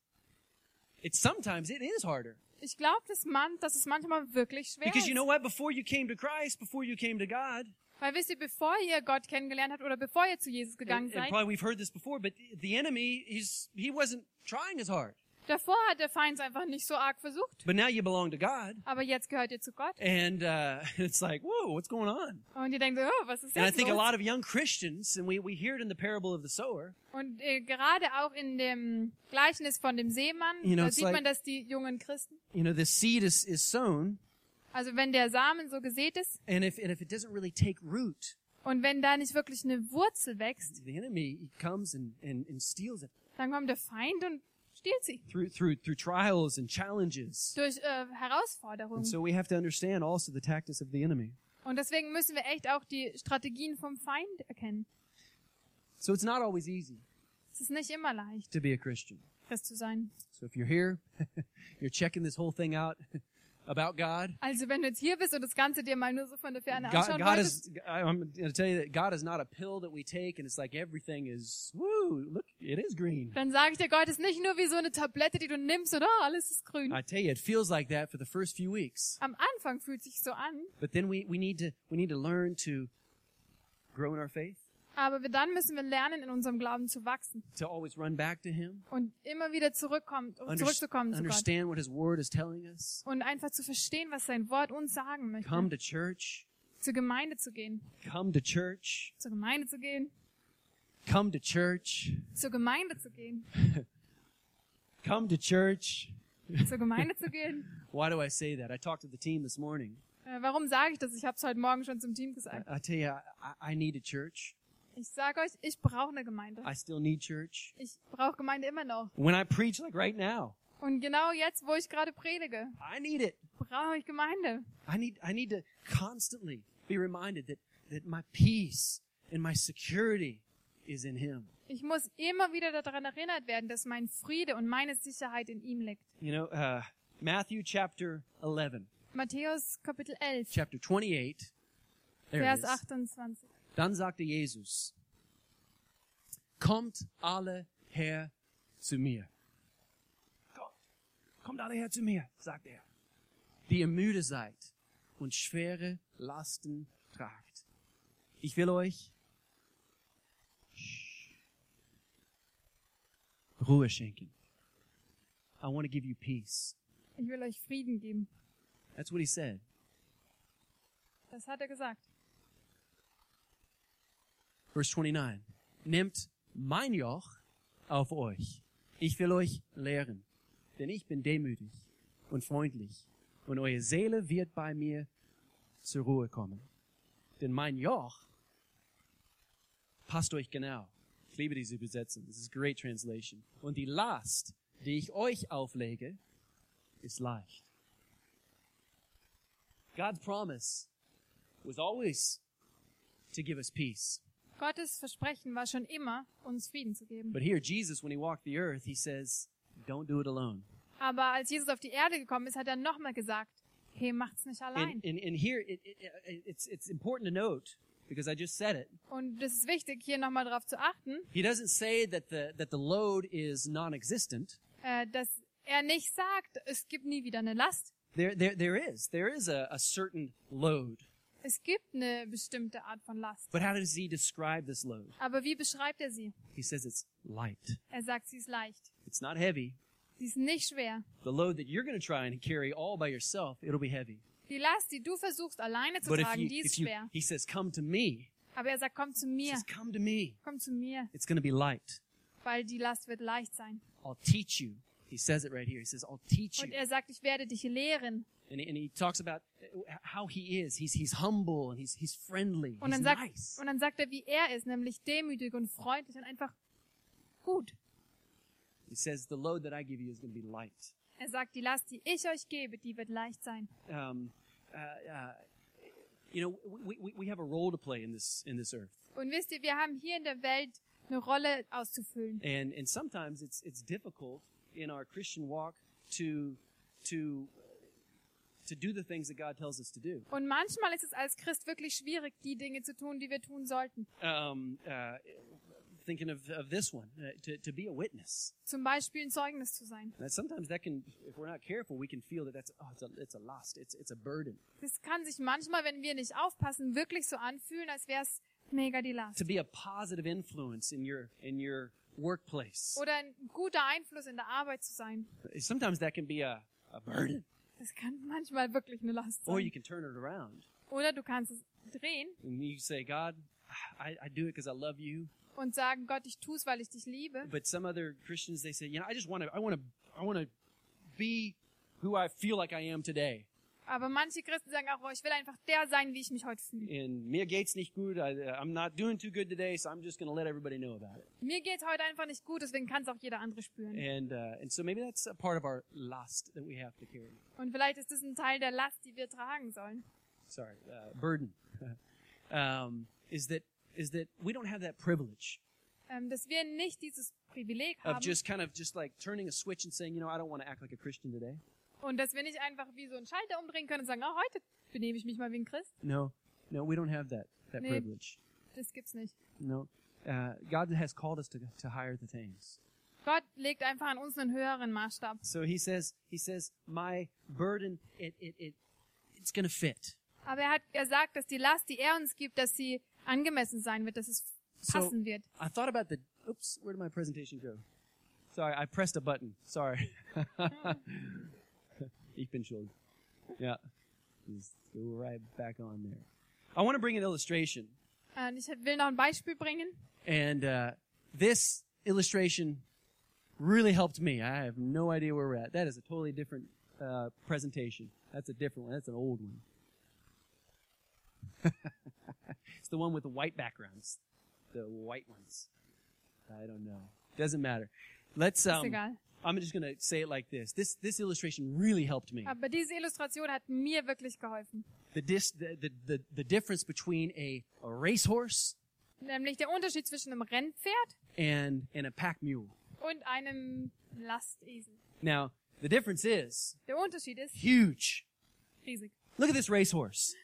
Speaker 1: It's sometimes it is harder.
Speaker 2: Ich glaube, dass, man, dass es manchmal wirklich schwer
Speaker 1: Because
Speaker 2: ist.
Speaker 1: you know what? Before you came to Christ, before you came to God,
Speaker 2: Weil wisst ihr, bevor ihr Gott kennengelernt habt oder bevor ihr zu Jesus gegangen
Speaker 1: and, and
Speaker 2: seid,
Speaker 1: probably we've heard this before, but the enemy, he's, he wasn't trying as hard.
Speaker 2: davor hat der Feind es einfach nicht so arg versucht.
Speaker 1: But now you belong to God.
Speaker 2: Aber jetzt gehört ihr zu Gott.
Speaker 1: And uh, it's like, whoa, what's going on?
Speaker 2: Und ihr denkt, so, oh, was ist
Speaker 1: And I
Speaker 2: jetzt
Speaker 1: think a
Speaker 2: los?
Speaker 1: lot of young Christians, and we, we hear it in the parable of the sower,
Speaker 2: Und äh, gerade auch in dem Gleichnis von dem Seemann,
Speaker 1: You know,
Speaker 2: da
Speaker 1: it's
Speaker 2: sieht
Speaker 1: like-
Speaker 2: man, dass die jungen Christen,
Speaker 1: you know, the seed is, is sown,
Speaker 2: also wenn der Samen so gesät ist
Speaker 1: and if, and if it doesn't really take root,
Speaker 2: und wenn da nicht wirklich eine Wurzel wächst,
Speaker 1: the enemy he comes and, and, and steals it
Speaker 2: dann kommt der Feind und stiehlt sie
Speaker 1: through, through, through trials and challenges.
Speaker 2: durch äh, Herausforderungen.
Speaker 1: And so we have to understand also the tactics of the enemy.
Speaker 2: Und deswegen müssen wir echt auch die Strategien vom Feind erkennen.
Speaker 1: So it's not always easy
Speaker 2: Es ist nicht immer leicht,
Speaker 1: to be a Christian.
Speaker 2: das zu sein.
Speaker 1: So if you're here, you're checking this whole thing out about God.
Speaker 2: Also wenn du jetzt hier bist und das Ganze dir mal nur so von der Ferne
Speaker 1: God,
Speaker 2: anschauen
Speaker 1: God
Speaker 2: wolltest,
Speaker 1: is. I- I'm going to tell you that God is not a pill that we take, and it's like everything is. Woo! Look, it is green.
Speaker 2: dann sage ich dir, Gott ist nicht nur wie so eine Tablette, die du nimmst und oh, alles ist grün.
Speaker 1: I tell you, it feels like that for the first few weeks,
Speaker 2: Am Anfang fühlt sich so an,
Speaker 1: but then we we need to we need to learn to grow in our faith,
Speaker 2: aber wir, dann müssen wir lernen, in unserem Glauben zu wachsen
Speaker 1: to always run back to Him,
Speaker 2: und immer wieder zurückkommen, um
Speaker 1: underst-
Speaker 2: zurückzukommen zu Gott
Speaker 1: understand what His Word is telling us,
Speaker 2: und einfach zu verstehen, was sein Wort uns sagen möchte.
Speaker 1: come to church,
Speaker 2: Zur Gemeinde zu gehen,
Speaker 1: come to church,
Speaker 2: zur Gemeinde zu gehen,
Speaker 1: come to church,
Speaker 2: zur Gemeinde zu gehen,
Speaker 1: come to church.
Speaker 2: zur Gemeinde zu gehen.
Speaker 1: Why do I say that? I talked to the team this morning.
Speaker 2: Äh, warum sage ich das? Ich habe es heute Morgen schon zum Team gesagt.
Speaker 1: I, I tell you, I, I- I need a church.
Speaker 2: Ich sage euch, ich brauche eine Gemeinde.
Speaker 1: I still need church.
Speaker 2: Ich brauche Gemeinde immer noch.
Speaker 1: When I preach, like right now,
Speaker 2: Und genau jetzt, wo ich gerade predige,
Speaker 1: I need it.
Speaker 2: brauche ich Gemeinde.
Speaker 1: I need I need to constantly be reminded that that my peace and my security is in him.
Speaker 2: Ich muss immer wieder daran erinnert werden, dass mein Friede und meine Sicherheit in ihm liegt.
Speaker 1: You know, uh, Matthew chapter 11,
Speaker 2: Matthäus Kapitel 11,
Speaker 1: chapter 28. There it
Speaker 2: Vers
Speaker 1: is.
Speaker 2: 28.
Speaker 1: Dann sagte Jesus, kommt alle her zu mir. Kommt, kommt alle her zu mir, sagt er. Die ihr müde seid und schwere Lasten tragt. Ich will euch Ruhe schenken. I want to give you peace.
Speaker 2: Ich will euch Frieden geben.
Speaker 1: That's what he said.
Speaker 2: Das hat er gesagt.
Speaker 1: Vers 29. Nehmt mein Joch auf euch. Ich will euch lehren, denn ich bin demütig und freundlich und eure Seele wird bei mir zur Ruhe kommen. Denn mein Joch passt euch genau. Ich liebe diese Übersetzung. Das ist great translation. Und die Last, die ich euch auflege, ist leicht. God's promise was always to give us peace.
Speaker 2: Gottes Versprechen war schon immer, uns Frieden zu geben.
Speaker 1: But here, Jesus, when he walked the earth, he says, Don't do it alone.
Speaker 2: Aber als Jesus auf die Erde gekommen ist, hat er nochmal gesagt, hey, macht's nicht allein.
Speaker 1: And, and, and here, it, it, it, it's, it's important to note, because I just said it,
Speaker 2: Und es ist wichtig, hier nochmal darauf zu achten,
Speaker 1: he doesn't say that the, that the load is non existent.
Speaker 2: äh, dass er nicht sagt, es gibt nie wieder eine Last.
Speaker 1: There, there, there is. There is a, a certain load.
Speaker 2: Es gibt eine bestimmte Art von Last.
Speaker 1: But how does he describe this load?
Speaker 2: Aber wie beschreibt er sie?
Speaker 1: He says it's light,
Speaker 2: Er sagt, sie ist leicht.
Speaker 1: it's not heavy.
Speaker 2: Sie ist nicht schwer.
Speaker 1: The load that you're going to try and carry all by yourself, it'll be heavy.
Speaker 2: Die Last, die du versuchst alleine zu
Speaker 1: But if
Speaker 2: tragen,
Speaker 1: you,
Speaker 2: die ist
Speaker 1: if you,
Speaker 2: schwer.
Speaker 1: he says, Come to me.
Speaker 2: Aber er sagt, komm zu
Speaker 1: He
Speaker 2: mir,
Speaker 1: says, Come to me.
Speaker 2: komm zu mir,
Speaker 1: It's going to be light.
Speaker 2: weil die Last wird leicht sein.
Speaker 1: I'll teach you. He says it right here. He says, I'll teach
Speaker 2: Und
Speaker 1: you.
Speaker 2: er sagt, ich werde dich lehren.
Speaker 1: And he, and he talks about uh, how he is. He's, he's humble and he's, he's friendly.
Speaker 2: Und
Speaker 1: he's
Speaker 2: dann, sagt,
Speaker 1: nice.
Speaker 2: und dann sagt er, wie er ist, nämlich demütig und freundlich und einfach gut.
Speaker 1: He says, the load that I give you is going to be light.
Speaker 2: Er sagt, die Last, die ich euch gebe, die wird leicht sein.
Speaker 1: Um, uh, uh, you know, we, we, we have a role to play in this, in this earth.
Speaker 2: Und wisst ihr, wir haben hier in der Welt eine Rolle auszufüllen.
Speaker 1: And, and sometimes it's, it's difficult in our Christian walk to, to, to do the things that God tells us to do.
Speaker 2: Und manchmal ist es als Christ wirklich schwierig, die Dinge zu tun, die wir tun sollten.
Speaker 1: Um, uh, thinking of, of this one, uh, to, to be a witness.
Speaker 2: Zum Beispiel ein Zeugnis zu sein.
Speaker 1: And sometimes that can, if we're not careful, we can feel that that's, oh, it's a, it's a lost, it's, it's a burden.
Speaker 2: Das kann sich manchmal, wenn wir nicht aufpassen, wirklich so anfühlen, als wäre es mega die Last.
Speaker 1: To be a positive influence in your, in your workplace.
Speaker 2: Oder ein guter Einfluss in der Arbeit zu sein.
Speaker 1: Sometimes that can be a, a burden.
Speaker 2: Das kann manchmal wirklich eine Last
Speaker 1: Or you
Speaker 2: sein.
Speaker 1: can turn it around
Speaker 2: Oder du kannst es drehen
Speaker 1: and you say, God, I, I do it because I love you.
Speaker 2: und sagen, Gott, ich tue es, weil ich dich liebe.
Speaker 1: But some other Christians, they say, you know, I just want to, I want to, I want to be who I feel like I am today.
Speaker 2: Aber manche Christen sagen auch, oh, ich will einfach der sein, wie ich mich heute fühle.
Speaker 1: And mir geht's nicht gut. I, I'm not doing too good today, so I'm just going to let everybody know about it.
Speaker 2: Mir geht heute einfach nicht gut, deswegen kann es auch jeder andere spüren.
Speaker 1: And uh, and so maybe that's a part of our lust that we have to carry.
Speaker 2: Und vielleicht ist das ein Teil der Last, die wir tragen sollen.
Speaker 1: Sorry, uh, burden. um, is that is that we don't have that privilege
Speaker 2: Ähm, dass wir nicht dieses Privileg
Speaker 1: of
Speaker 2: haben
Speaker 1: just kind of just like turning a switch and saying, you know, I don't want to act like a Christian today.
Speaker 2: und dass wir nicht einfach wie so einen Schalter umdrehen können und sagen, oh, heute benehme ich mich mal wie ein Christ.
Speaker 1: No, no, we don't have that that
Speaker 2: Nee.
Speaker 1: privilege.
Speaker 2: Das gibt's nicht.
Speaker 1: No, uh, God has called us to to higher the things.
Speaker 2: Gott legt einfach an uns einen höheren Maßstab.
Speaker 1: So he says, he says, my burden, it, it, it, it's gonna fit.
Speaker 2: Aber er hat, er sagt, dass die Last, die er uns gibt, dass sie angemessen sein wird, dass es
Speaker 1: So-
Speaker 2: passen wird.
Speaker 1: I thought about the, oops, where did my presentation go? Sorry, I pressed a button. Sorry. ich bin schuld. Yeah. Just go right back on there. I want to bring an illustration.
Speaker 2: Äh, Und ich will noch ein Beispiel bringen.
Speaker 1: And, uh, this illustration really helped me. I have no idea where we're at. That is a totally different, uh, presentation. That's a different one. That's an old one. It's the one with the white backgrounds, the white ones. I don't know. Doesn't matter. Let's.
Speaker 2: Ist
Speaker 1: Um,
Speaker 2: egal.
Speaker 1: I'm just gonna say it like this. This this illustration really helped me.
Speaker 2: Aber diese Illustration hat mir wirklich geholfen.
Speaker 1: The dis the the, the, the difference between a, a racehorse
Speaker 2: Nämlich der Unterschied zwischen einem Rennpferd
Speaker 1: and and a pack mule.
Speaker 2: und einem Lastesel.
Speaker 1: Now the difference is
Speaker 2: Der Unterschied ist
Speaker 1: huge.
Speaker 2: riesig.
Speaker 1: Look at this racehorse.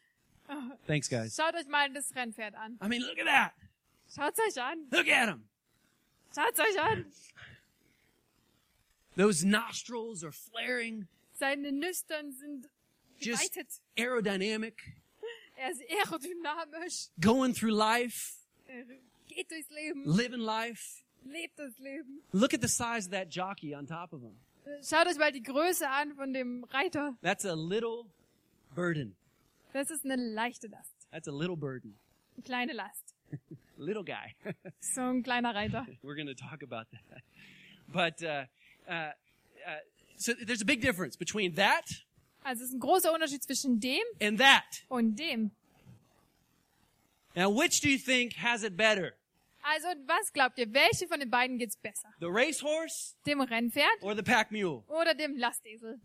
Speaker 1: Thanks, guys.
Speaker 2: Schaut euch mal das Rennpferd an.
Speaker 1: Oh. I mean, look at that.
Speaker 2: Schaut's euch an.
Speaker 1: Look at him.
Speaker 2: Schaut's euch an.
Speaker 1: Those nostrils are flaring,
Speaker 2: Seine Nüstern sind
Speaker 1: just
Speaker 2: geweitet.
Speaker 1: aerodynamic,
Speaker 2: Er ist aerodynamisch.
Speaker 1: going through life,
Speaker 2: Er geht durchs Leben.
Speaker 1: living life.
Speaker 2: Lebt das Leben.
Speaker 1: Look at the size of that jockey on top of him.
Speaker 2: Schaut euch mal die Größe an von dem Reiter.
Speaker 1: That's a little burden.
Speaker 2: Das ist eine leichte Last.
Speaker 1: That's a little burden.
Speaker 2: Eine kleine Last.
Speaker 1: Little guy.
Speaker 2: So ein kleiner Reiter.
Speaker 1: We're going to talk about that. But uh, uh, uh, so there's a big difference between that
Speaker 2: Also es ist ein großer Unterschied zwischen dem
Speaker 1: and that.
Speaker 2: und dem.
Speaker 1: Now, which do you think has it better?
Speaker 2: Also was glaubt ihr, welche von den beiden geht's besser?
Speaker 1: The racehorse
Speaker 2: Dem Rennpferd
Speaker 1: or the pack mule?
Speaker 2: oder dem Lastesel?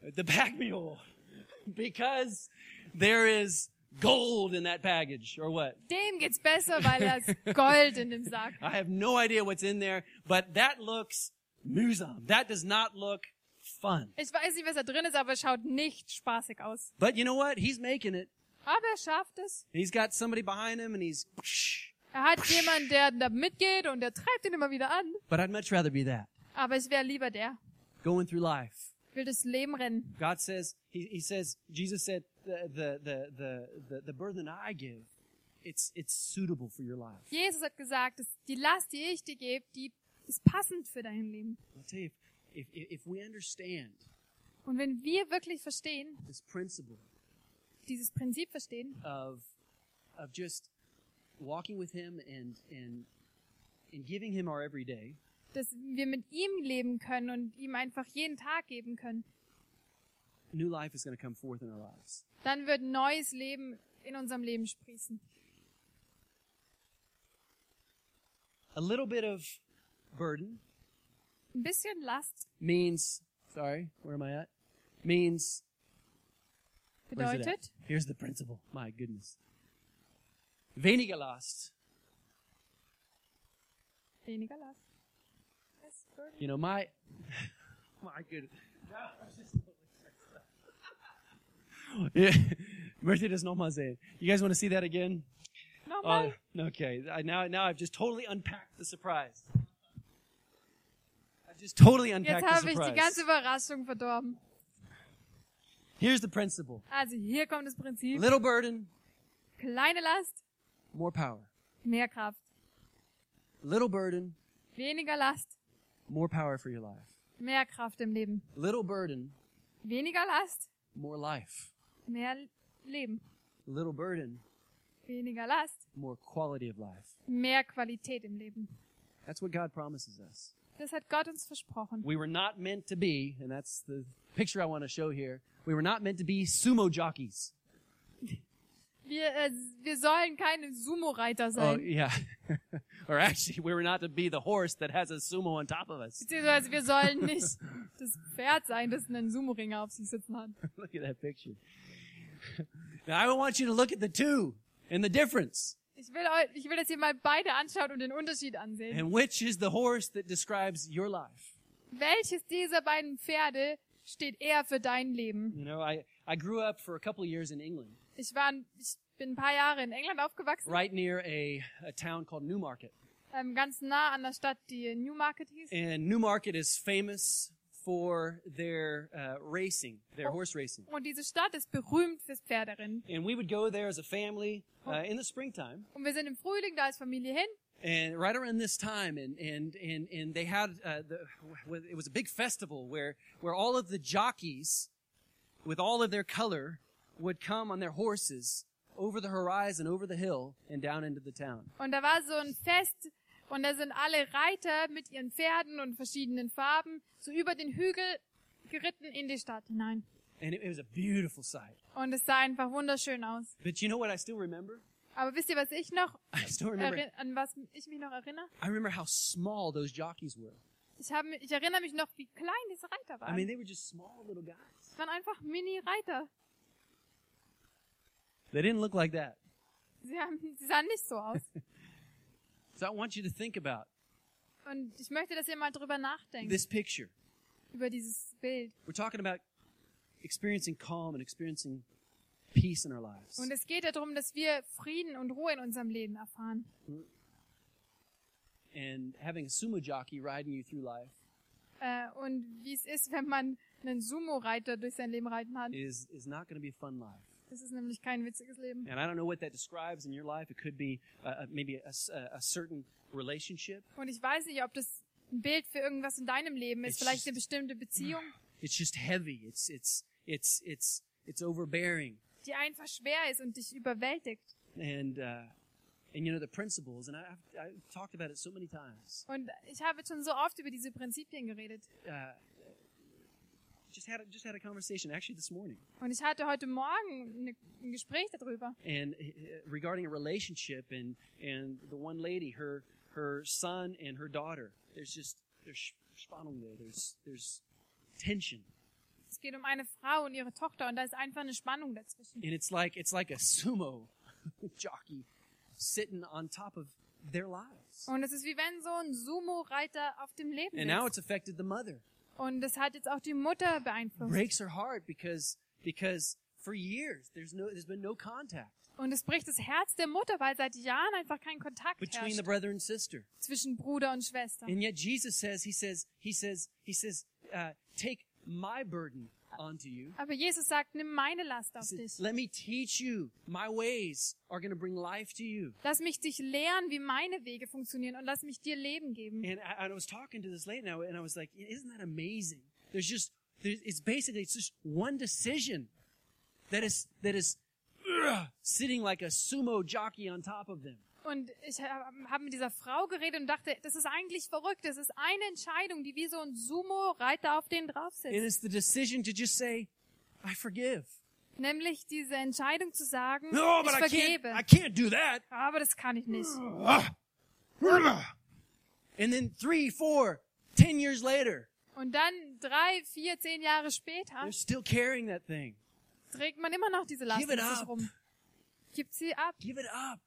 Speaker 1: The pack mule. because there is gold in that package, or what?
Speaker 2: Dem geht's besser, weil er ist Gold in dem Sack.
Speaker 1: I have no idea what's in there, but that looks musum. That does not look fun.
Speaker 2: Ich weiß nicht, was da drin ist, aber es schaut nicht spaßig aus.
Speaker 1: But you know what? He's making it.
Speaker 2: Aber er schafft es.
Speaker 1: He's got somebody behind him and he's.
Speaker 2: Er hat jemanden, der da mitgeht und der treibt ihn immer wieder an.
Speaker 1: But I'd much rather be that.
Speaker 2: Aber ich wäre lieber der.
Speaker 1: Going through life.
Speaker 2: Will das Leben rennen.
Speaker 1: God says, He, he says, Jesus said, the, the, the, the, the, the burden I give, it's, it's suitable for your life.
Speaker 2: Jesus hat gesagt, dass die Last, die ich dir gebe, die ist passend für dein Leben.
Speaker 1: I'll tell you, if, if, if we understand
Speaker 2: Und wenn wir wirklich verstehen,
Speaker 1: this principle
Speaker 2: dieses Prinzip verstehen,
Speaker 1: of, of just walking with Him and, and, and giving Him our everyday,
Speaker 2: dass wir mit ihm leben können und ihm einfach jeden Tag geben können,
Speaker 1: new life is going to come forth in our lives.
Speaker 2: dann wird neues Leben in unserem Leben sprießen.
Speaker 1: A little bit of burden
Speaker 2: Ein bisschen Last
Speaker 1: means, sorry, where am I at? Means Where's it at?
Speaker 2: bedeutet,
Speaker 1: Here's the principle. My goodness. Weniger Last.
Speaker 2: weniger Last.
Speaker 1: You know, my my goodness. No, I'm just eh. totally messed up. Yeah. Möchte das nochmal sehen. You guys want to see that again?
Speaker 2: nochmal?
Speaker 1: Uh, okay, I, now, now I've just totally unpacked the surprise. I've just totally unpacked
Speaker 2: Jetzt
Speaker 1: the
Speaker 2: habe ich die
Speaker 1: surprise.
Speaker 2: ganze Überraschung verdorben.
Speaker 1: Here's the principle.
Speaker 2: Also hier kommt das Prinzip.
Speaker 1: Little burden,
Speaker 2: Kleine Last,
Speaker 1: more power.
Speaker 2: mehr Kraft.
Speaker 1: Little burden,
Speaker 2: Weniger Last,
Speaker 1: more power for your life.
Speaker 2: mehr Kraft im Leben.
Speaker 1: Little burden,
Speaker 2: Weniger Last,
Speaker 1: more life.
Speaker 2: mehr Leben.
Speaker 1: Little burden,
Speaker 2: Weniger Last,
Speaker 1: more quality of life.
Speaker 2: mehr Qualität im Leben.
Speaker 1: That's what God promises us.
Speaker 2: Das hat Gott uns versprochen.
Speaker 1: We were not meant to be, and that's the picture I want to show here. We were not meant to be sumo jockeys.
Speaker 2: Wir, äh, wir sollen keine Sumo-Reiter
Speaker 1: Oh,
Speaker 2: sein.
Speaker 1: yeah. or actually, we were not to be the horse that has a sumo on top of us.
Speaker 2: Beziehungsweise wir sollen nicht das Pferd sein, das einen Sumo-Ringer auf sich sitzen hat.
Speaker 1: look at that picture. now, I want you to look at the two and the difference.
Speaker 2: Ich will, eu- ich will, dass ihr mal beide anschaut und den Unterschied ansehen.
Speaker 1: And which is the horse that describes your life?
Speaker 2: Welches dieser beiden Pferde steht eher für dein Leben?
Speaker 1: You know, I, I grew up for a couple of years in England,
Speaker 2: Ich war, ein- ich bin ein paar Jahre in England aufgewachsen,
Speaker 1: right near a, a town called Newmarket.
Speaker 2: ähm, ganz nah an der Stadt, die Newmarket hieß.
Speaker 1: And Newmarket is famous for their uh, racing, their horse racing.
Speaker 2: Und diese Stadt ist berühmt fürs Pferderennen.
Speaker 1: And we would go there as a family uh, in the springtime,
Speaker 2: Und wir sind im Frühling da als Familie hin.
Speaker 1: and right around this time, and and and and they had uh, the, w- it was a big festival where where all of the jockeys, with all of their color, would come on their horses over the horizon, over the hill, and down into the town.
Speaker 2: Und da war so ein Fest und da sind alle Reiter mit ihren Pferden und verschiedenen Farben so über den Hügel geritten in die Stadt hinein.
Speaker 1: And it, it was a beautiful sight.
Speaker 2: Und es sah einfach wunderschön aus.
Speaker 1: But you know what? I still remember.
Speaker 2: Aber wisst ihr, was ich noch
Speaker 1: I still remember.
Speaker 2: erinn- an was ich mich noch erinnere?
Speaker 1: I remember how small those jockeys were.
Speaker 2: Ich, hab, mi- ich erinnere mich noch, wie klein diese Reiter
Speaker 1: I
Speaker 2: waren.
Speaker 1: mean, they were just small little guys.
Speaker 2: es waren einfach Mini-Reiter.
Speaker 1: They didn't look like that.
Speaker 2: Sie, haben, sie sahen nicht so aus.
Speaker 1: So I want you to think about
Speaker 2: Und ich möchte, dass ihr mal drüber nachdenkt,
Speaker 1: this picture.
Speaker 2: über dieses Bild.
Speaker 1: We're talking about experiencing calm and experiencing peace in our lives.
Speaker 2: Und es geht ja darum, dass wir Frieden und Ruhe in unserem Leben erfahren.
Speaker 1: And having a sumo jockey riding you through life
Speaker 2: Äh, und wie es ist, wenn man einen Sumo-Reiter durch sein Leben reiten hat.
Speaker 1: is, is not going to be a fun life.
Speaker 2: Das ist nämlich kein witziges Leben.
Speaker 1: And I don't know what that describes in your life. It could be uh, uh, maybe a, s- a- a certain relationship.
Speaker 2: Und ich weiß nicht, ob das ein Bild für irgendwas in deinem Leben ist.
Speaker 1: Ich-
Speaker 2: Vielleicht eine bestimmte Beziehung,
Speaker 1: It's just heavy. It's, it's, it's, it's, it's overbearing.
Speaker 2: die einfach schwer ist und dich überwältigt.
Speaker 1: And, uh, and you know, the principles, and I, I've, I've talked about it so many times.
Speaker 2: Und ich habe jetzt schon so oft über diese Prinzipien geredet.
Speaker 1: Uh, just had, a, just had a conversation actually this morning.
Speaker 2: Und ich hatte heute Morgen ne, ein Gespräch darüber.
Speaker 1: and uh, regarding a relationship and and the one lady her her son and her daughter there's just there's spannung there there's there's tension
Speaker 2: Es geht um eine Frau und ihre Tochter und da ist einfach eine Spannung dazwischen.
Speaker 1: and it's like it's like a sumo jockey sitting on top of their lives
Speaker 2: Und es ist wie wenn so ein Sumo-Reiter auf dem Leben
Speaker 1: and now it's
Speaker 2: ist.
Speaker 1: affected the mother
Speaker 2: Und das hat jetzt auch die Mutter beeinflusst.
Speaker 1: breaks her heart because because for years there's no there's been no contact
Speaker 2: Und es bricht das Herz der Mutter, weil seit Jahren einfach kein Kontakt
Speaker 1: between
Speaker 2: herrscht
Speaker 1: the brother and sister
Speaker 2: zwischen Bruder und Schwester.
Speaker 1: and yet jesus says he says he says he says uh, take my burden onto you
Speaker 2: Aber Jesus sagt, nimm meine Last auf
Speaker 1: He says,
Speaker 2: dich.
Speaker 1: Let me teach you. My ways are going to bring life to you.
Speaker 2: Lass mich dich lehren, wie meine Wege funktionieren und lass mich dir Leben geben.
Speaker 1: And I, I was talking to this lady now, and I was like, isn't that amazing? There's just, there's, it's basically, it's just one decision that is, that is ugh, sitting like a sumo jockey on top of them.
Speaker 2: Und ich habe hab mit dieser Frau geredet und dachte, das ist eigentlich verrückt. Das ist eine Entscheidung, die wie so ein Sumo-Reiter auf den drauf
Speaker 1: And
Speaker 2: sitzt.
Speaker 1: it's the decision to just say, I forgive.
Speaker 2: Nämlich diese Entscheidung zu sagen,
Speaker 1: No,
Speaker 2: ich
Speaker 1: but I can't,
Speaker 2: vergebe.
Speaker 1: I can't do that.
Speaker 2: Aber das kann ich nicht.
Speaker 1: Ugh, ugh. And then three, four, ten years later,
Speaker 2: Und dann drei, vier, zehn Jahre später
Speaker 1: they're still carrying that thing.
Speaker 2: trägt man immer noch diese Last
Speaker 1: Give it
Speaker 2: mit sich
Speaker 1: up.
Speaker 2: rum. Gibt sie ab,
Speaker 1: Give it up.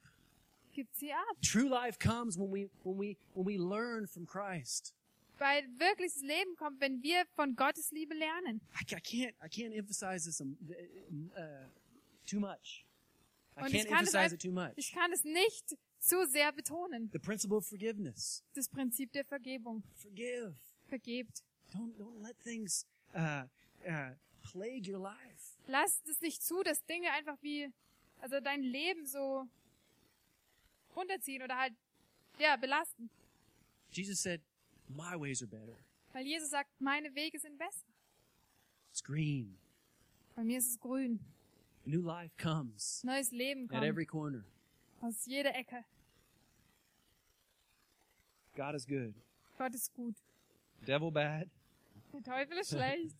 Speaker 2: gibt sie ab.
Speaker 1: True life comes when we when we when we learn from Christ.
Speaker 2: Weil wirkliches Leben kommt, wenn wir von Gottes Liebe lernen.
Speaker 1: I, ca- I can't I can't emphasize this um, uh, too much. I
Speaker 2: Und
Speaker 1: can't
Speaker 2: ich kann, es,
Speaker 1: emphasize it
Speaker 2: ein-
Speaker 1: too much.
Speaker 2: ich kann es nicht zu sehr betonen.
Speaker 1: The principle of forgiveness.
Speaker 2: Das Prinzip der Vergebung.
Speaker 1: Forgive.
Speaker 2: Vergebt.
Speaker 1: Don't don't let things uh, uh, plague your life.
Speaker 2: Lasst es nicht zu, dass Dinge einfach wie, also dein Leben so runterziehen oder halt, ja, belasten.
Speaker 1: Jesus said, "My ways are better.
Speaker 2: Weil Jesus sagt, meine Wege sind besser.
Speaker 1: It's green.
Speaker 2: Bei mir ist es grün.
Speaker 1: New life comes
Speaker 2: Neues Leben
Speaker 1: at
Speaker 2: kommt
Speaker 1: every corner.
Speaker 2: aus jeder Ecke.
Speaker 1: God is good.
Speaker 2: Gott ist gut.
Speaker 1: Devil bad.
Speaker 2: Der Teufel ist schlecht.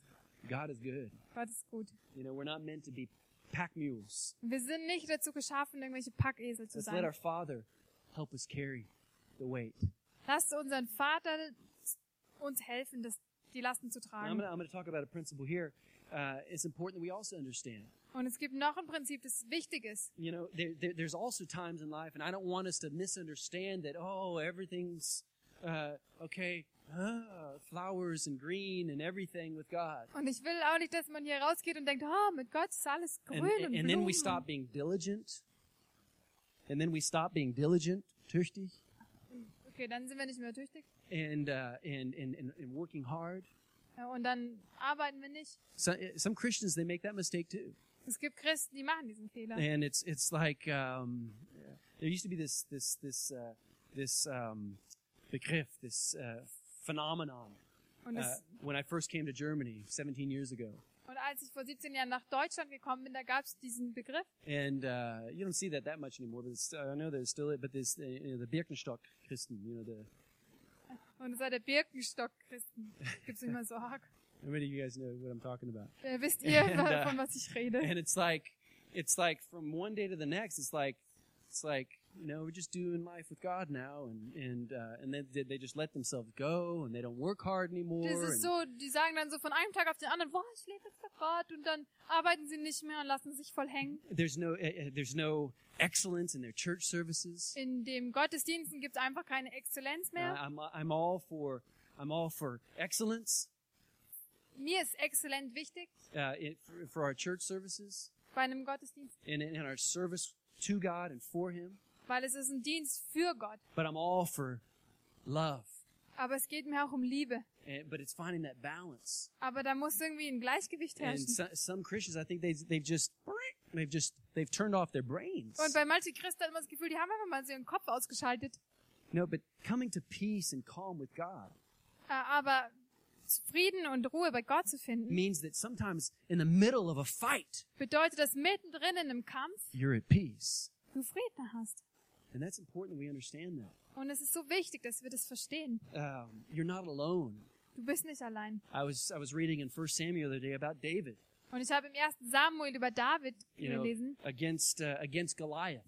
Speaker 1: God is good.
Speaker 2: Gott ist gut.
Speaker 1: You know, we're not meant to be pack mules.
Speaker 2: Und wir sind nicht dazu geschaffen, irgendwelche Packesel zu
Speaker 1: Let's let our
Speaker 2: sein.
Speaker 1: Father help us carry the weight.
Speaker 2: Lasst unseren Vater uns helfen, das, die Lasten zu
Speaker 1: Now, I'm
Speaker 2: tragen.
Speaker 1: going I'm to talk about a principle here. Uh, it's important that we also understand.
Speaker 2: Und es gibt noch ein Prinzip, das wichtig ist.
Speaker 1: You know, there, there, there's also times in life, and I don't want us to misunderstand that. Oh, everything's uh, okay. Huh? Flowers and green and everything with God.
Speaker 2: Und ich will auch nicht, dass man hier rausgeht und denkt, oh, mit Gott ist alles grün
Speaker 1: And,
Speaker 2: und,
Speaker 1: and, and then we
Speaker 2: Blumen.
Speaker 1: stop being diligent. And then we stop being diligent, tüchtig,
Speaker 2: Okay, dann sind wir nicht mehr tüchtig.
Speaker 1: and uh, and, and, and and working hard.
Speaker 2: Ja, Und dann arbeiten wir nicht.
Speaker 1: So, eh, some Christians they make that mistake too.
Speaker 2: Es gibt Christen, die machen diesen Fehler.
Speaker 1: and it's it's like um, there used to be this this this uh, this um, Begriff, this uh, phenomenon
Speaker 2: Und,
Speaker 1: uh,
Speaker 2: es,
Speaker 1: when I first came to Germany 17 years ago,
Speaker 2: und als ich vor 17 Jahren nach Deutschland gekommen bin, da gab es diesen Begriff.
Speaker 1: and uh, you don't see that that much anymore. But it's, I know there's still it, but this uh, you know, the Birkenstock Christen, you know the
Speaker 2: Und das war der Birkenstock-Christen. Gibt's nicht mehr so arg.
Speaker 1: how many of you guys know what I'm talking about?
Speaker 2: Äh, wisst ihr,
Speaker 1: And, äh,
Speaker 2: von was ich rede?
Speaker 1: And it's like it's like from one day to the next, it's like it's like you know we're just doing life with God now, and and uh, and then they, they just let themselves go, and they don't work hard anymore.
Speaker 2: Das
Speaker 1: and-
Speaker 2: ist so, die sagen dann so von einem Tag auf den anderen, boah, ich lebe jetzt für Gott. Und dann arbeiten sie nicht mehr und lassen sich voll hängen.
Speaker 1: There's no uh, uh, there's no excellence in their church services.
Speaker 2: In dem Gottesdiensten gibt's einfach keine Exzellenz
Speaker 1: Uh,
Speaker 2: mehr.
Speaker 1: I'm I'm all for I'm all for excellence
Speaker 2: Mir ist exzellent wichtig
Speaker 1: uh, in, for, for our church services
Speaker 2: bei einem Gottesdienst,
Speaker 1: and in our service to God and for Him.
Speaker 2: weil es ist ein Dienst für Gott.
Speaker 1: But I'm all for love.
Speaker 2: Aber es geht mir auch um Liebe.
Speaker 1: And, but it's finding that balance.
Speaker 2: Aber da muss irgendwie ein Gleichgewicht
Speaker 1: And
Speaker 2: herrschen.
Speaker 1: so, some Christians, I think they they've just they've just they've turned off their brains.
Speaker 2: Und bei manchen Christen hat man das Gefühl, die haben einfach mal so ihren Kopf ausgeschaltet.
Speaker 1: No, but coming to peace and calm with God
Speaker 2: Äh, Aber Frieden und Ruhe bei Gott zu finden,
Speaker 1: means that sometimes in the middle of a fight,
Speaker 2: bedeutet, dass mittendrin in einem Kampf
Speaker 1: you're at peace,
Speaker 2: du Frieden hast.
Speaker 1: and that's important. We understand that.
Speaker 2: Und es ist so wichtig, dass wir das verstehen.
Speaker 1: um, you're not alone.
Speaker 2: Du bist nicht allein.
Speaker 1: I was I was reading in First Samuel the other day about David,
Speaker 2: Und ich habe im ersten Samuel über David
Speaker 1: you know,
Speaker 2: gelesen,
Speaker 1: against uh, against Goliath.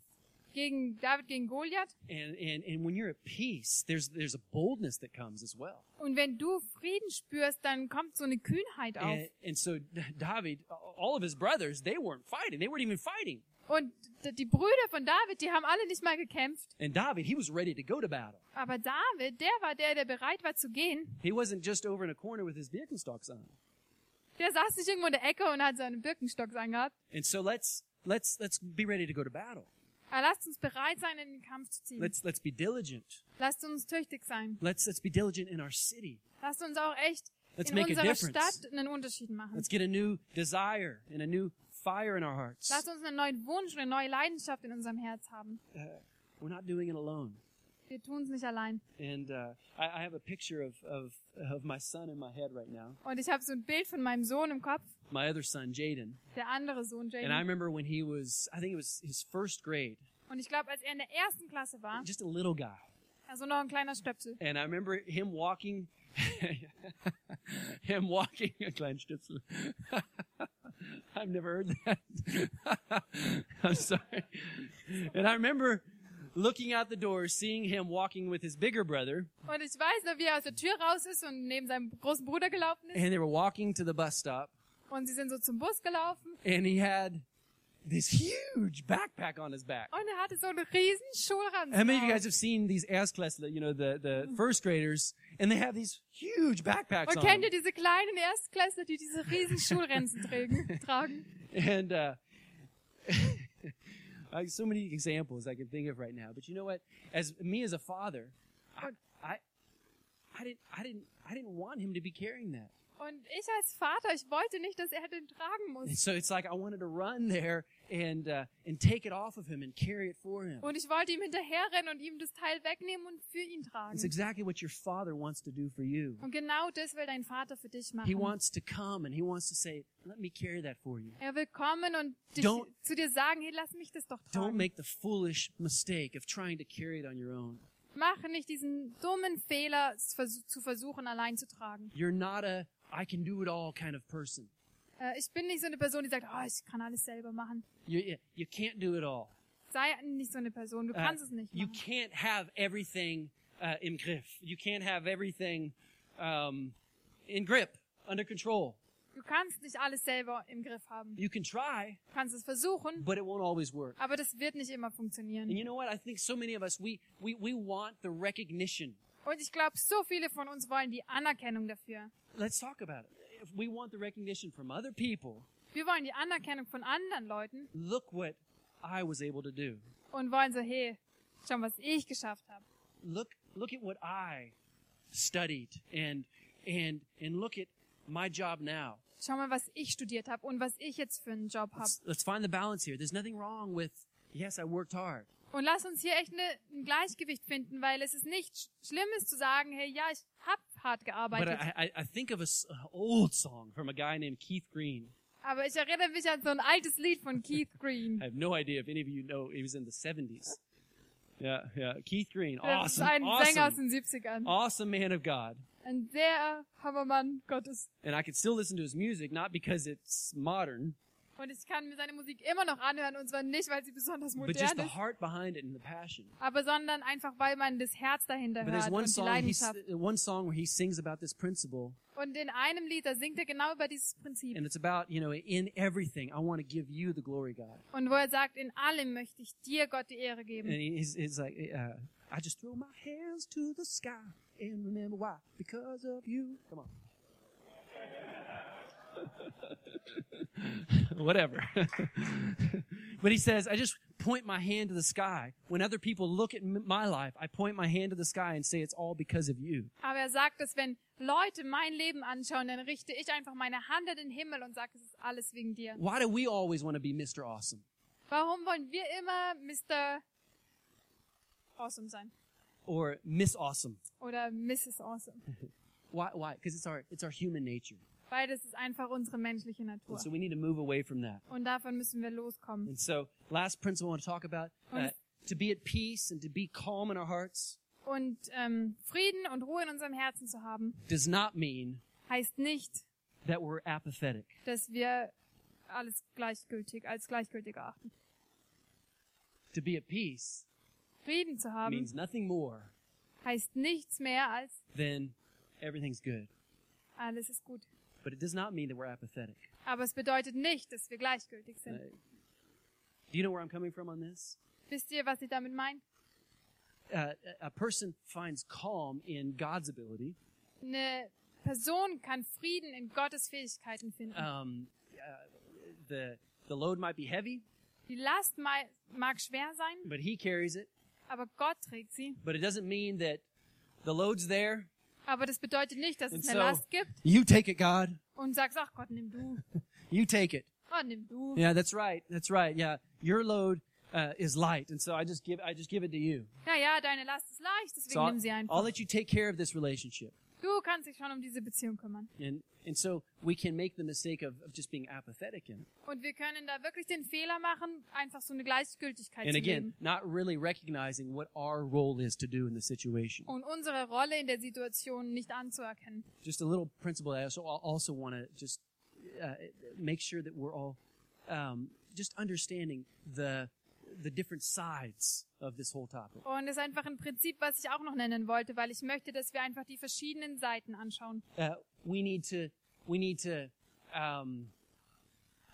Speaker 2: gegen David gegen Goliath.
Speaker 1: And, and and when you're at peace, there's there's a boldness that comes as well.
Speaker 2: Und wenn du Frieden spürst, dann kommt so eine Kühnheit auf.
Speaker 1: And, and so D- David, all of his brothers, they weren't fighting. They weren't even fighting.
Speaker 2: Und d- die Brüder von David, die haben alle nicht mal gekämpft.
Speaker 1: And David, he was ready to go to battle.
Speaker 2: Aber David, der war der, der bereit war zu gehen.
Speaker 1: He wasn't just over in a corner with his Birkenstocks on.
Speaker 2: Der saß nicht irgendwo in der Ecke und hat seinen Birkenstock angehabt.
Speaker 1: And so let's let's let's be ready to go to battle.
Speaker 2: Aber lasst uns bereit sein, in den Kampf zu ziehen.
Speaker 1: Let's let's be diligent.
Speaker 2: Lasst uns tüchtig sein.
Speaker 1: Let's let's be diligent in our city.
Speaker 2: Lasst uns auch echt
Speaker 1: Let's
Speaker 2: in
Speaker 1: make a
Speaker 2: unserer
Speaker 1: difference.
Speaker 2: Stadt einen Unterschied machen.
Speaker 1: Let's get a new desire and a new fire in our hearts.
Speaker 2: Lasst uns einen neuen Wunsch und eine neue Leidenschaft in unserem Herz haben.
Speaker 1: We're not doing it alone.
Speaker 2: Wir tun es nicht allein.
Speaker 1: And uh, I, I have a picture of, of, of my son in my head right now,
Speaker 2: Und ich habe so ein Bild von meinem Sohn im Kopf,
Speaker 1: my other son, Jaden.
Speaker 2: der andere Sohn,
Speaker 1: And I
Speaker 2: Jaden.
Speaker 1: remember when he was, I think it was his first grade,
Speaker 2: Und ich glaube, als er in der ersten Klasse war,
Speaker 1: just a little guy.
Speaker 2: also noch ein kleiner Stöpsel,
Speaker 1: And I remember him walking, him walking, a kleinen Stützel. I've never heard that. I'm sorry. And I remember looking out the door, seeing him walking with his bigger brother,
Speaker 2: Und ich weiß noch, wie er aus der Tür raus ist und neben seinem großen Bruder gelaufen ist.
Speaker 1: and they were walking to the bus stop.
Speaker 2: Und sie sind so zum Bus gelaufen.
Speaker 1: and he had this huge backpack on his back.
Speaker 2: Und er hatte so einen riesen Schulranzen.
Speaker 1: How many of you
Speaker 2: auf.
Speaker 1: guys have seen these S class, you know, the, the first graders, and they have these huge backpacks
Speaker 2: und
Speaker 1: on
Speaker 2: kennt ihr
Speaker 1: them.
Speaker 2: diese kleinen Erstklässler, die diese riesen Schulranzen trägen, tragen?
Speaker 1: And, uh, I have so many examples I can think of right now. But you know what? As me as a father, I, I, I didn't, I didn't, I didn't want him to be carrying that.
Speaker 2: Und ich als Vater, ich wollte nicht, dass er den tragen
Speaker 1: And
Speaker 2: muss.
Speaker 1: so it's like I wanted to run there and uh, and take it off of him and carry it for him.
Speaker 2: Und ich wollte ihm hinterherrennen und ihm das Teil wegnehmen und für ihn tragen.
Speaker 1: It's exactly what your father wants to do for you.
Speaker 2: Und genau das will dein Vater für dich
Speaker 1: He
Speaker 2: machen.
Speaker 1: wants to come and he wants to say, "Let me carry that for you."
Speaker 2: Er will kommen und dich,
Speaker 1: Don't-
Speaker 2: zu dir sagen, hey, lass mich das doch
Speaker 1: Don't
Speaker 2: tragen.
Speaker 1: make the foolish mistake of trying to carry it on your own.
Speaker 2: Mach nicht diesen dummen Fehler, es vers- zu versuchen, allein zu tragen.
Speaker 1: You're not a I can do it all kind of person.
Speaker 2: Äh, ich bin nicht so eine Person, die sagt, oh, ich kann alles selber machen.
Speaker 1: You you- you can't do it all.
Speaker 2: Sei nicht so eine Person, du
Speaker 1: Uh,
Speaker 2: kannst es nicht
Speaker 1: you
Speaker 2: machen.
Speaker 1: can't have everything uh, in grip. You can't have everything um, in grip, under control.
Speaker 2: Du kannst nicht alles selber im Griff haben.
Speaker 1: You can try,
Speaker 2: Du kannst es versuchen,
Speaker 1: but it won't always work.
Speaker 2: aber das wird nicht immer
Speaker 1: And
Speaker 2: funktionieren.
Speaker 1: you know what? I think so many of us we we we want the recognition.
Speaker 2: Und ich glaube, so viele von uns wollen die Anerkennung dafür.
Speaker 1: Let's talk about it. If we want the recognition from other people,
Speaker 2: Wir wollen die Anerkennung von anderen Leuten
Speaker 1: look what I was able to do.
Speaker 2: und wollen so, hey, schau, was ich geschafft habe.
Speaker 1: Look look at what I studied and and and look at my job now.
Speaker 2: Schau mal, was ich studiert habe und was ich jetzt für einen Job habe.
Speaker 1: Let's, let's find the balance here. There's nothing wrong with yes, I worked hard.
Speaker 2: Und lass uns hier echt ne, ein Gleichgewicht finden, weil es ist nichts Schlimmes zu sagen, hey, ja, ich hab hart
Speaker 1: But
Speaker 2: gearbeitet.
Speaker 1: I, I, I think of a s- a old song from a guy named Keith Green.
Speaker 2: Aber ich erinnere mich an so ein altes Lied von Keith Green.
Speaker 1: I have no idea if any of you know. It was in the 70s. Yeah, yeah. Keith Green,
Speaker 2: Das ist
Speaker 1: awesome,
Speaker 2: ein Sänger aus
Speaker 1: awesome,
Speaker 2: den 70ern.
Speaker 1: awesome man of God.
Speaker 2: Ein sehr Hammermann Gottes.
Speaker 1: And I could still listen to his music, not because it's modern,
Speaker 2: Und ich kann mir seine Musik immer noch anhören und zwar nicht, weil sie besonders
Speaker 1: but just
Speaker 2: modern
Speaker 1: the
Speaker 2: ist,
Speaker 1: heart behind it and the passion.
Speaker 2: aber sondern einfach, weil man das Herz dahinter
Speaker 1: But there's
Speaker 2: hört
Speaker 1: one
Speaker 2: und die
Speaker 1: song, he, s-
Speaker 2: Leidenschaft.
Speaker 1: one song where he sings about this principle,
Speaker 2: Und in einem Lied, da singt er genau über dieses Prinzip.
Speaker 1: and it's about you know in everything I want to give you the glory, God.
Speaker 2: Und wo er sagt, in allem möchte ich dir Gott die Ehre
Speaker 1: And
Speaker 2: geben.
Speaker 1: he's, he's like, uh, I just throw my hands to the sky and remember why because of you. Come on. Whatever. but he says, I just point my hand to the sky. When other people look at m- my life, I point my hand to the sky and say, it's all because of you.
Speaker 2: Aber er sagt, dass wenn Leute mein Leben anschauen, dann richte ich einfach meine Hand in den Himmel und sage, es ist alles wegen dir.
Speaker 1: Why do we always want to be Mr. Awesome?
Speaker 2: Warum wollen wir immer Mr. Awesome sein?
Speaker 1: Or Miss Awesome?
Speaker 2: Oder Mrs. Awesome?
Speaker 1: Why? Why? Because it's our, it's our human nature.
Speaker 2: Weil das ist einfach unsere menschliche Natur.
Speaker 1: And so we need to move away from that.
Speaker 2: Und davon müssen wir loskommen.
Speaker 1: And so, last principle I want to talk about uh,
Speaker 2: Und-
Speaker 1: to be at peace and to be calm in our hearts
Speaker 2: Und ähm, Frieden und Ruhe in unserem Herzen zu haben,
Speaker 1: does not mean
Speaker 2: heißt nicht,
Speaker 1: that we're apathetic.
Speaker 2: dass wir alles gleichgültig, als gleichgültig erachten.
Speaker 1: To be at peace
Speaker 2: Frieden zu haben
Speaker 1: means nothing more
Speaker 2: heißt nichts mehr als
Speaker 1: than everything's good.
Speaker 2: alles ist gut.
Speaker 1: But it does not mean that we're apathetic.
Speaker 2: Aber es bedeutet nicht, dass wir gleichgültig
Speaker 1: Uh,
Speaker 2: sind.
Speaker 1: do you know where I'm coming from on this?
Speaker 2: Wisst ihr, was ich damit meine?
Speaker 1: Uh, a- a person finds calm in God's ability,
Speaker 2: Eine Person kann Frieden in Gottes Fähigkeiten finden.
Speaker 1: um, uh, the the load might be heavy,
Speaker 2: Die Last mei- mag schwer sein,
Speaker 1: but he carries it.
Speaker 2: aber Gott trägt sie.
Speaker 1: But it doesn't mean that the load's there.
Speaker 2: Aber das bedeutet nicht, dass
Speaker 1: And
Speaker 2: es
Speaker 1: so
Speaker 2: eine Last gibt
Speaker 1: you take it, God.
Speaker 2: und sagst, ach Gott, nimm du.
Speaker 1: You take it.
Speaker 2: Oh, nimm du.
Speaker 1: Yeah, that's right. That's right. Yeah, your load uh, is light, and so I just give I just give it to you.
Speaker 2: Ja, ja, deine Last ist leicht, deswegen
Speaker 1: So I'll,
Speaker 2: nimm sie
Speaker 1: I'll
Speaker 2: einfach.
Speaker 1: let you take care of this relationship,
Speaker 2: Du kannst dich schon um diese Beziehung kümmern.
Speaker 1: and and so we can make the mistake of, of just being apathetic in it,
Speaker 2: Und wir können da wirklich den Fehler machen, einfach so eine Gleichgültigkeit
Speaker 1: and
Speaker 2: zu
Speaker 1: again,
Speaker 2: leben.
Speaker 1: not really recognizing what our role is to do in the situation.
Speaker 2: Und unsere Rolle in der Situation nicht anzuerkennen.
Speaker 1: Just a little principle that I also also want to just uh, make sure that we're all um, just understanding the the different sides of this whole topic.
Speaker 2: Und das ist einfach ein Prinzip, was ich auch noch nennen wollte, weil ich möchte, dass wir einfach die verschiedenen Seiten anschauen.
Speaker 1: uh, we need to we need to um,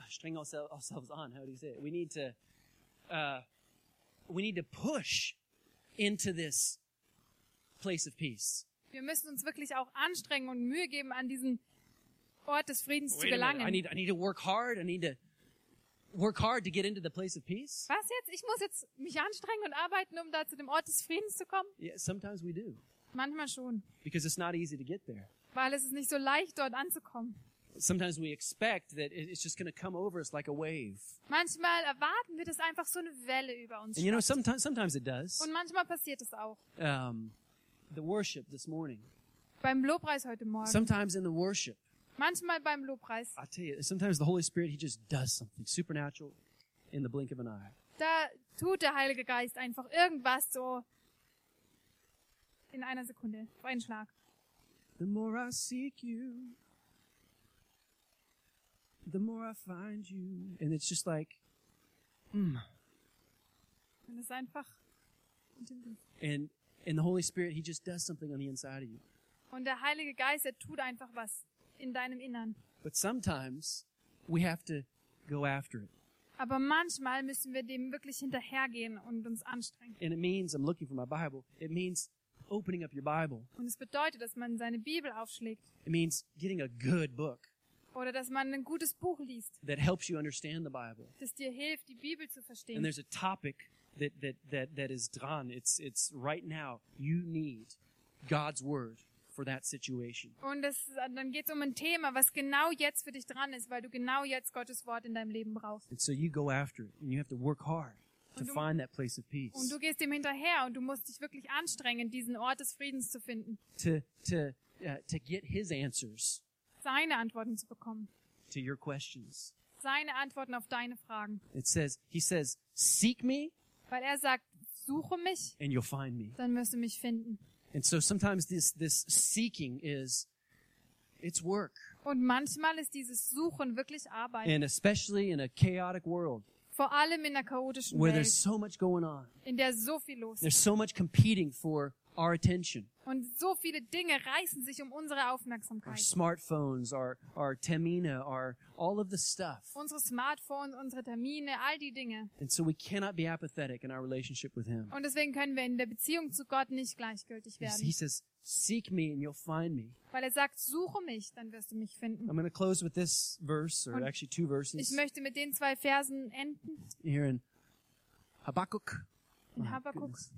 Speaker 1: string oursel- ourselves on. How do you say it? We need to uh, we need to push into this place of peace.
Speaker 2: Wir müssen uns wirklich auch anstrengen und Mühe geben, an diesen Ort des Friedens zu
Speaker 1: Wait a minute,
Speaker 2: gelangen.
Speaker 1: I need I need to work hard. I need to work hard to get into the place of peace?
Speaker 2: Was jetzt? Ich muss jetzt mich anstrengen und arbeiten, um da zu dem Ort des Friedens zu kommen?
Speaker 1: Yeah, sometimes we do
Speaker 2: Manchmal schon,
Speaker 1: because it's not easy to get there.
Speaker 2: weil es ist nicht so leicht, dort anzukommen.
Speaker 1: Sometimes we expect that it- it's just going to come over us like a wave.
Speaker 2: Manchmal erwarten wir, dass einfach so eine Welle über uns
Speaker 1: And you know,
Speaker 2: schwappt.
Speaker 1: sometimes, sometimes it does.
Speaker 2: Und manchmal passiert es auch.
Speaker 1: Um, the worship this morning.
Speaker 2: Beim Lobpreis heute Morgen.
Speaker 1: Sometimes in the worship,
Speaker 2: manchmal beim Lobpreis.
Speaker 1: I tell you, sometimes the Holy Spirit, He just does something supernatural in the blink of an eye.
Speaker 2: Da tut der Heilige Geist einfach irgendwas so in einer Sekunde, auf einen Schlag.
Speaker 1: The more I seek you, the more I find you. And it's just like, mm.
Speaker 2: Und es ist einfach intensiv.
Speaker 1: and and the Holy Spirit, He just does something on the inside of you.
Speaker 2: Und der Heilige Geist, er tut einfach was in deinem Innern.
Speaker 1: But sometimes we have to go after it.
Speaker 2: Aber manchmal müssen wir dem wirklich hinterhergehen und uns anstrengen.
Speaker 1: And it means, I'm looking for my Bible, it means opening up your Bible.
Speaker 2: Und es bedeutet, dass man seine Bibel aufschlägt
Speaker 1: It means getting a good book
Speaker 2: oder dass man ein gutes Buch liest,
Speaker 1: that helps you understand the Bible.
Speaker 2: das dir hilft, die Bibel zu
Speaker 1: And
Speaker 2: verstehen.
Speaker 1: there's a topic that, that, that, that is dran. It's, it's right now, you need God's Word for that situation.
Speaker 2: Und das, dann geht es um ein Thema, was genau jetzt für dich dran ist, weil du genau jetzt Gottes Wort in deinem Leben brauchst.
Speaker 1: And so you go after it and you have to work hard to
Speaker 2: Und du-
Speaker 1: find that place of
Speaker 2: Und
Speaker 1: peace.
Speaker 2: du gehst dem hinterher und du musst dich wirklich anstrengen, diesen Ort des Friedens zu finden,
Speaker 1: To, to, uh, to get His answers
Speaker 2: seine Antworten zu bekommen,
Speaker 1: to your questions.
Speaker 2: seine Antworten auf deine Fragen.
Speaker 1: It says, He says, seek me
Speaker 2: Weil er sagt, suche mich,
Speaker 1: and you'll find me.
Speaker 2: dann wirst du mich finden.
Speaker 1: And so sometimes this, this seeking is, it's work.
Speaker 2: Und manchmal ist dieses Suchen wirklich Arbeit.
Speaker 1: And especially in a chaotic world
Speaker 2: Vor allem in der chaotischen
Speaker 1: where there's
Speaker 2: Welt,
Speaker 1: so much going on.
Speaker 2: in der so viel los ist.
Speaker 1: There's so much competing for our attention.
Speaker 2: Und so viele Dinge reißen sich um unsere
Speaker 1: Our
Speaker 2: Aufmerksamkeit.
Speaker 1: smartphones, our, our Tamina, our, all of the stuff.
Speaker 2: Unsere Smartphones, unsere Termine, all die Dinge.
Speaker 1: And so we cannot be apathetic in our relationship with Him.
Speaker 2: Und deswegen können wir in der Beziehung zu Gott nicht gleichgültig
Speaker 1: He s- He
Speaker 2: werden.
Speaker 1: says, seek me and you'll find me.
Speaker 2: Weil er sagt, suche mich, dann wirst du mich finden.
Speaker 1: I'm going to close with this verse, or
Speaker 2: Und
Speaker 1: actually two
Speaker 2: Ich
Speaker 1: verses
Speaker 2: möchte mit den zwei Versen enden
Speaker 1: here in Habakkuk.
Speaker 2: in
Speaker 1: Oh,
Speaker 2: Habakkuk.
Speaker 1: goodness.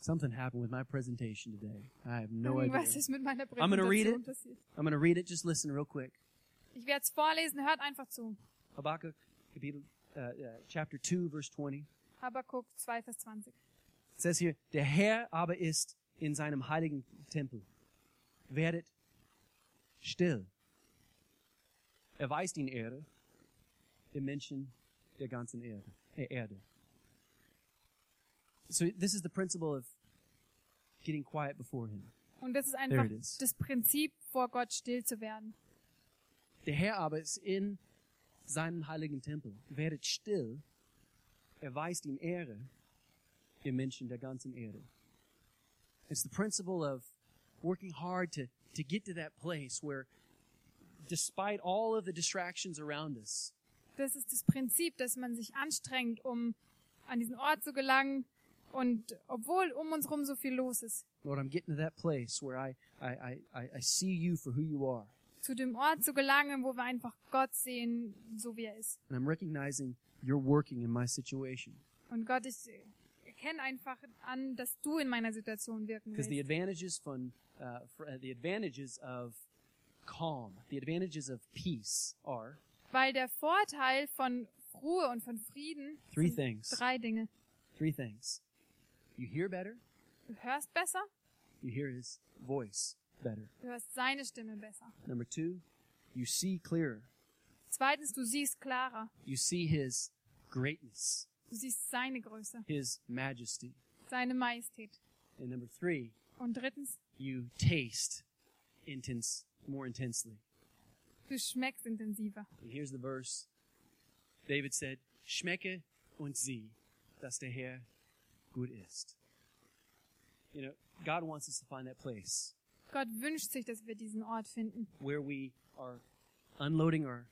Speaker 1: Something happened with my presentation today. I have no idea.
Speaker 2: Was ist mit meiner
Speaker 1: I'm gonna read
Speaker 2: Präsentation
Speaker 1: it.
Speaker 2: passiert?
Speaker 1: I'm going to read it. Just listen real quick.
Speaker 2: Ich werde es vorlesen, hört einfach zu.
Speaker 1: Habakkuk, Kapitel, uh, uh, chapter 2, verse 20.
Speaker 2: Habakkuk 2, Vers 20.
Speaker 1: Es says here, der Herr aber ist in seinem heiligen Tempel. Werdet still. Erweist ihn Ehre, den Menschen der ganzen Erde. Äh, Erde. So this is the principle of getting quiet before him.
Speaker 2: Und das ist einfach
Speaker 1: it is.
Speaker 2: das Prinzip, vor Gott still zu werden.
Speaker 1: Der Herr aber ist in seinem heiligen Tempel. Werdet still. Erweist ihm Ehre, ihr Menschen der ganzen Erde. It's the principle of working hard to, to get to that place where, despite all of the distractions around us,
Speaker 2: Das ist das Prinzip, dass man sich anstrengt, um an diesen Ort zu gelangen. Und obwohl um uns rum so viel los ist,
Speaker 1: Lord, I'm getting to that place where I, I, I, I- I see you for who you are.
Speaker 2: zu dem Ort zu gelangen, wo wir einfach Gott sehen, so wie er ist.
Speaker 1: And I'm recognizing you're working in my situation.
Speaker 2: Und Gott, ich erkenne einfach an, dass du in meiner Situation wirken
Speaker 1: Because the
Speaker 2: willst.
Speaker 1: advantages from uh, fr- uh, the advantages of calm, the advantages of peace are
Speaker 2: Weil der Vorteil von Ruhe und von Frieden
Speaker 1: three
Speaker 2: sind
Speaker 1: things.
Speaker 2: drei Dinge.
Speaker 1: Three things. You hear better.
Speaker 2: Du hörst besser,
Speaker 1: You hear His voice better.
Speaker 2: du hörst seine Stimme besser.
Speaker 1: Number two, you see clearer.
Speaker 2: Zweitens, du siehst klarer.
Speaker 1: You see His greatness,
Speaker 2: Du siehst seine Größe,
Speaker 1: His majesty.
Speaker 2: seine Majestät.
Speaker 1: And number three,
Speaker 2: Und drittens,
Speaker 1: you taste intense more intensely.
Speaker 2: du schmeckst intensiver.
Speaker 1: And here's the verse. David said, Schmecke und sieh, dass der Herr gut ist. You know, God wants us to find that place
Speaker 2: Gott wünscht sich, dass wir diesen Ort finden,
Speaker 1: where we are unloading our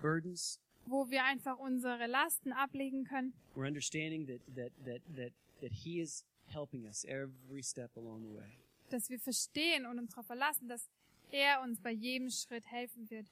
Speaker 1: burdens.
Speaker 2: wo wir einfach unsere Lasten ablegen können,
Speaker 1: We're understanding that, that, that, that, that He is helping us every step along the way.
Speaker 2: dass wir verstehen und uns darauf verlassen, dass er uns bei jedem Schritt helfen wird.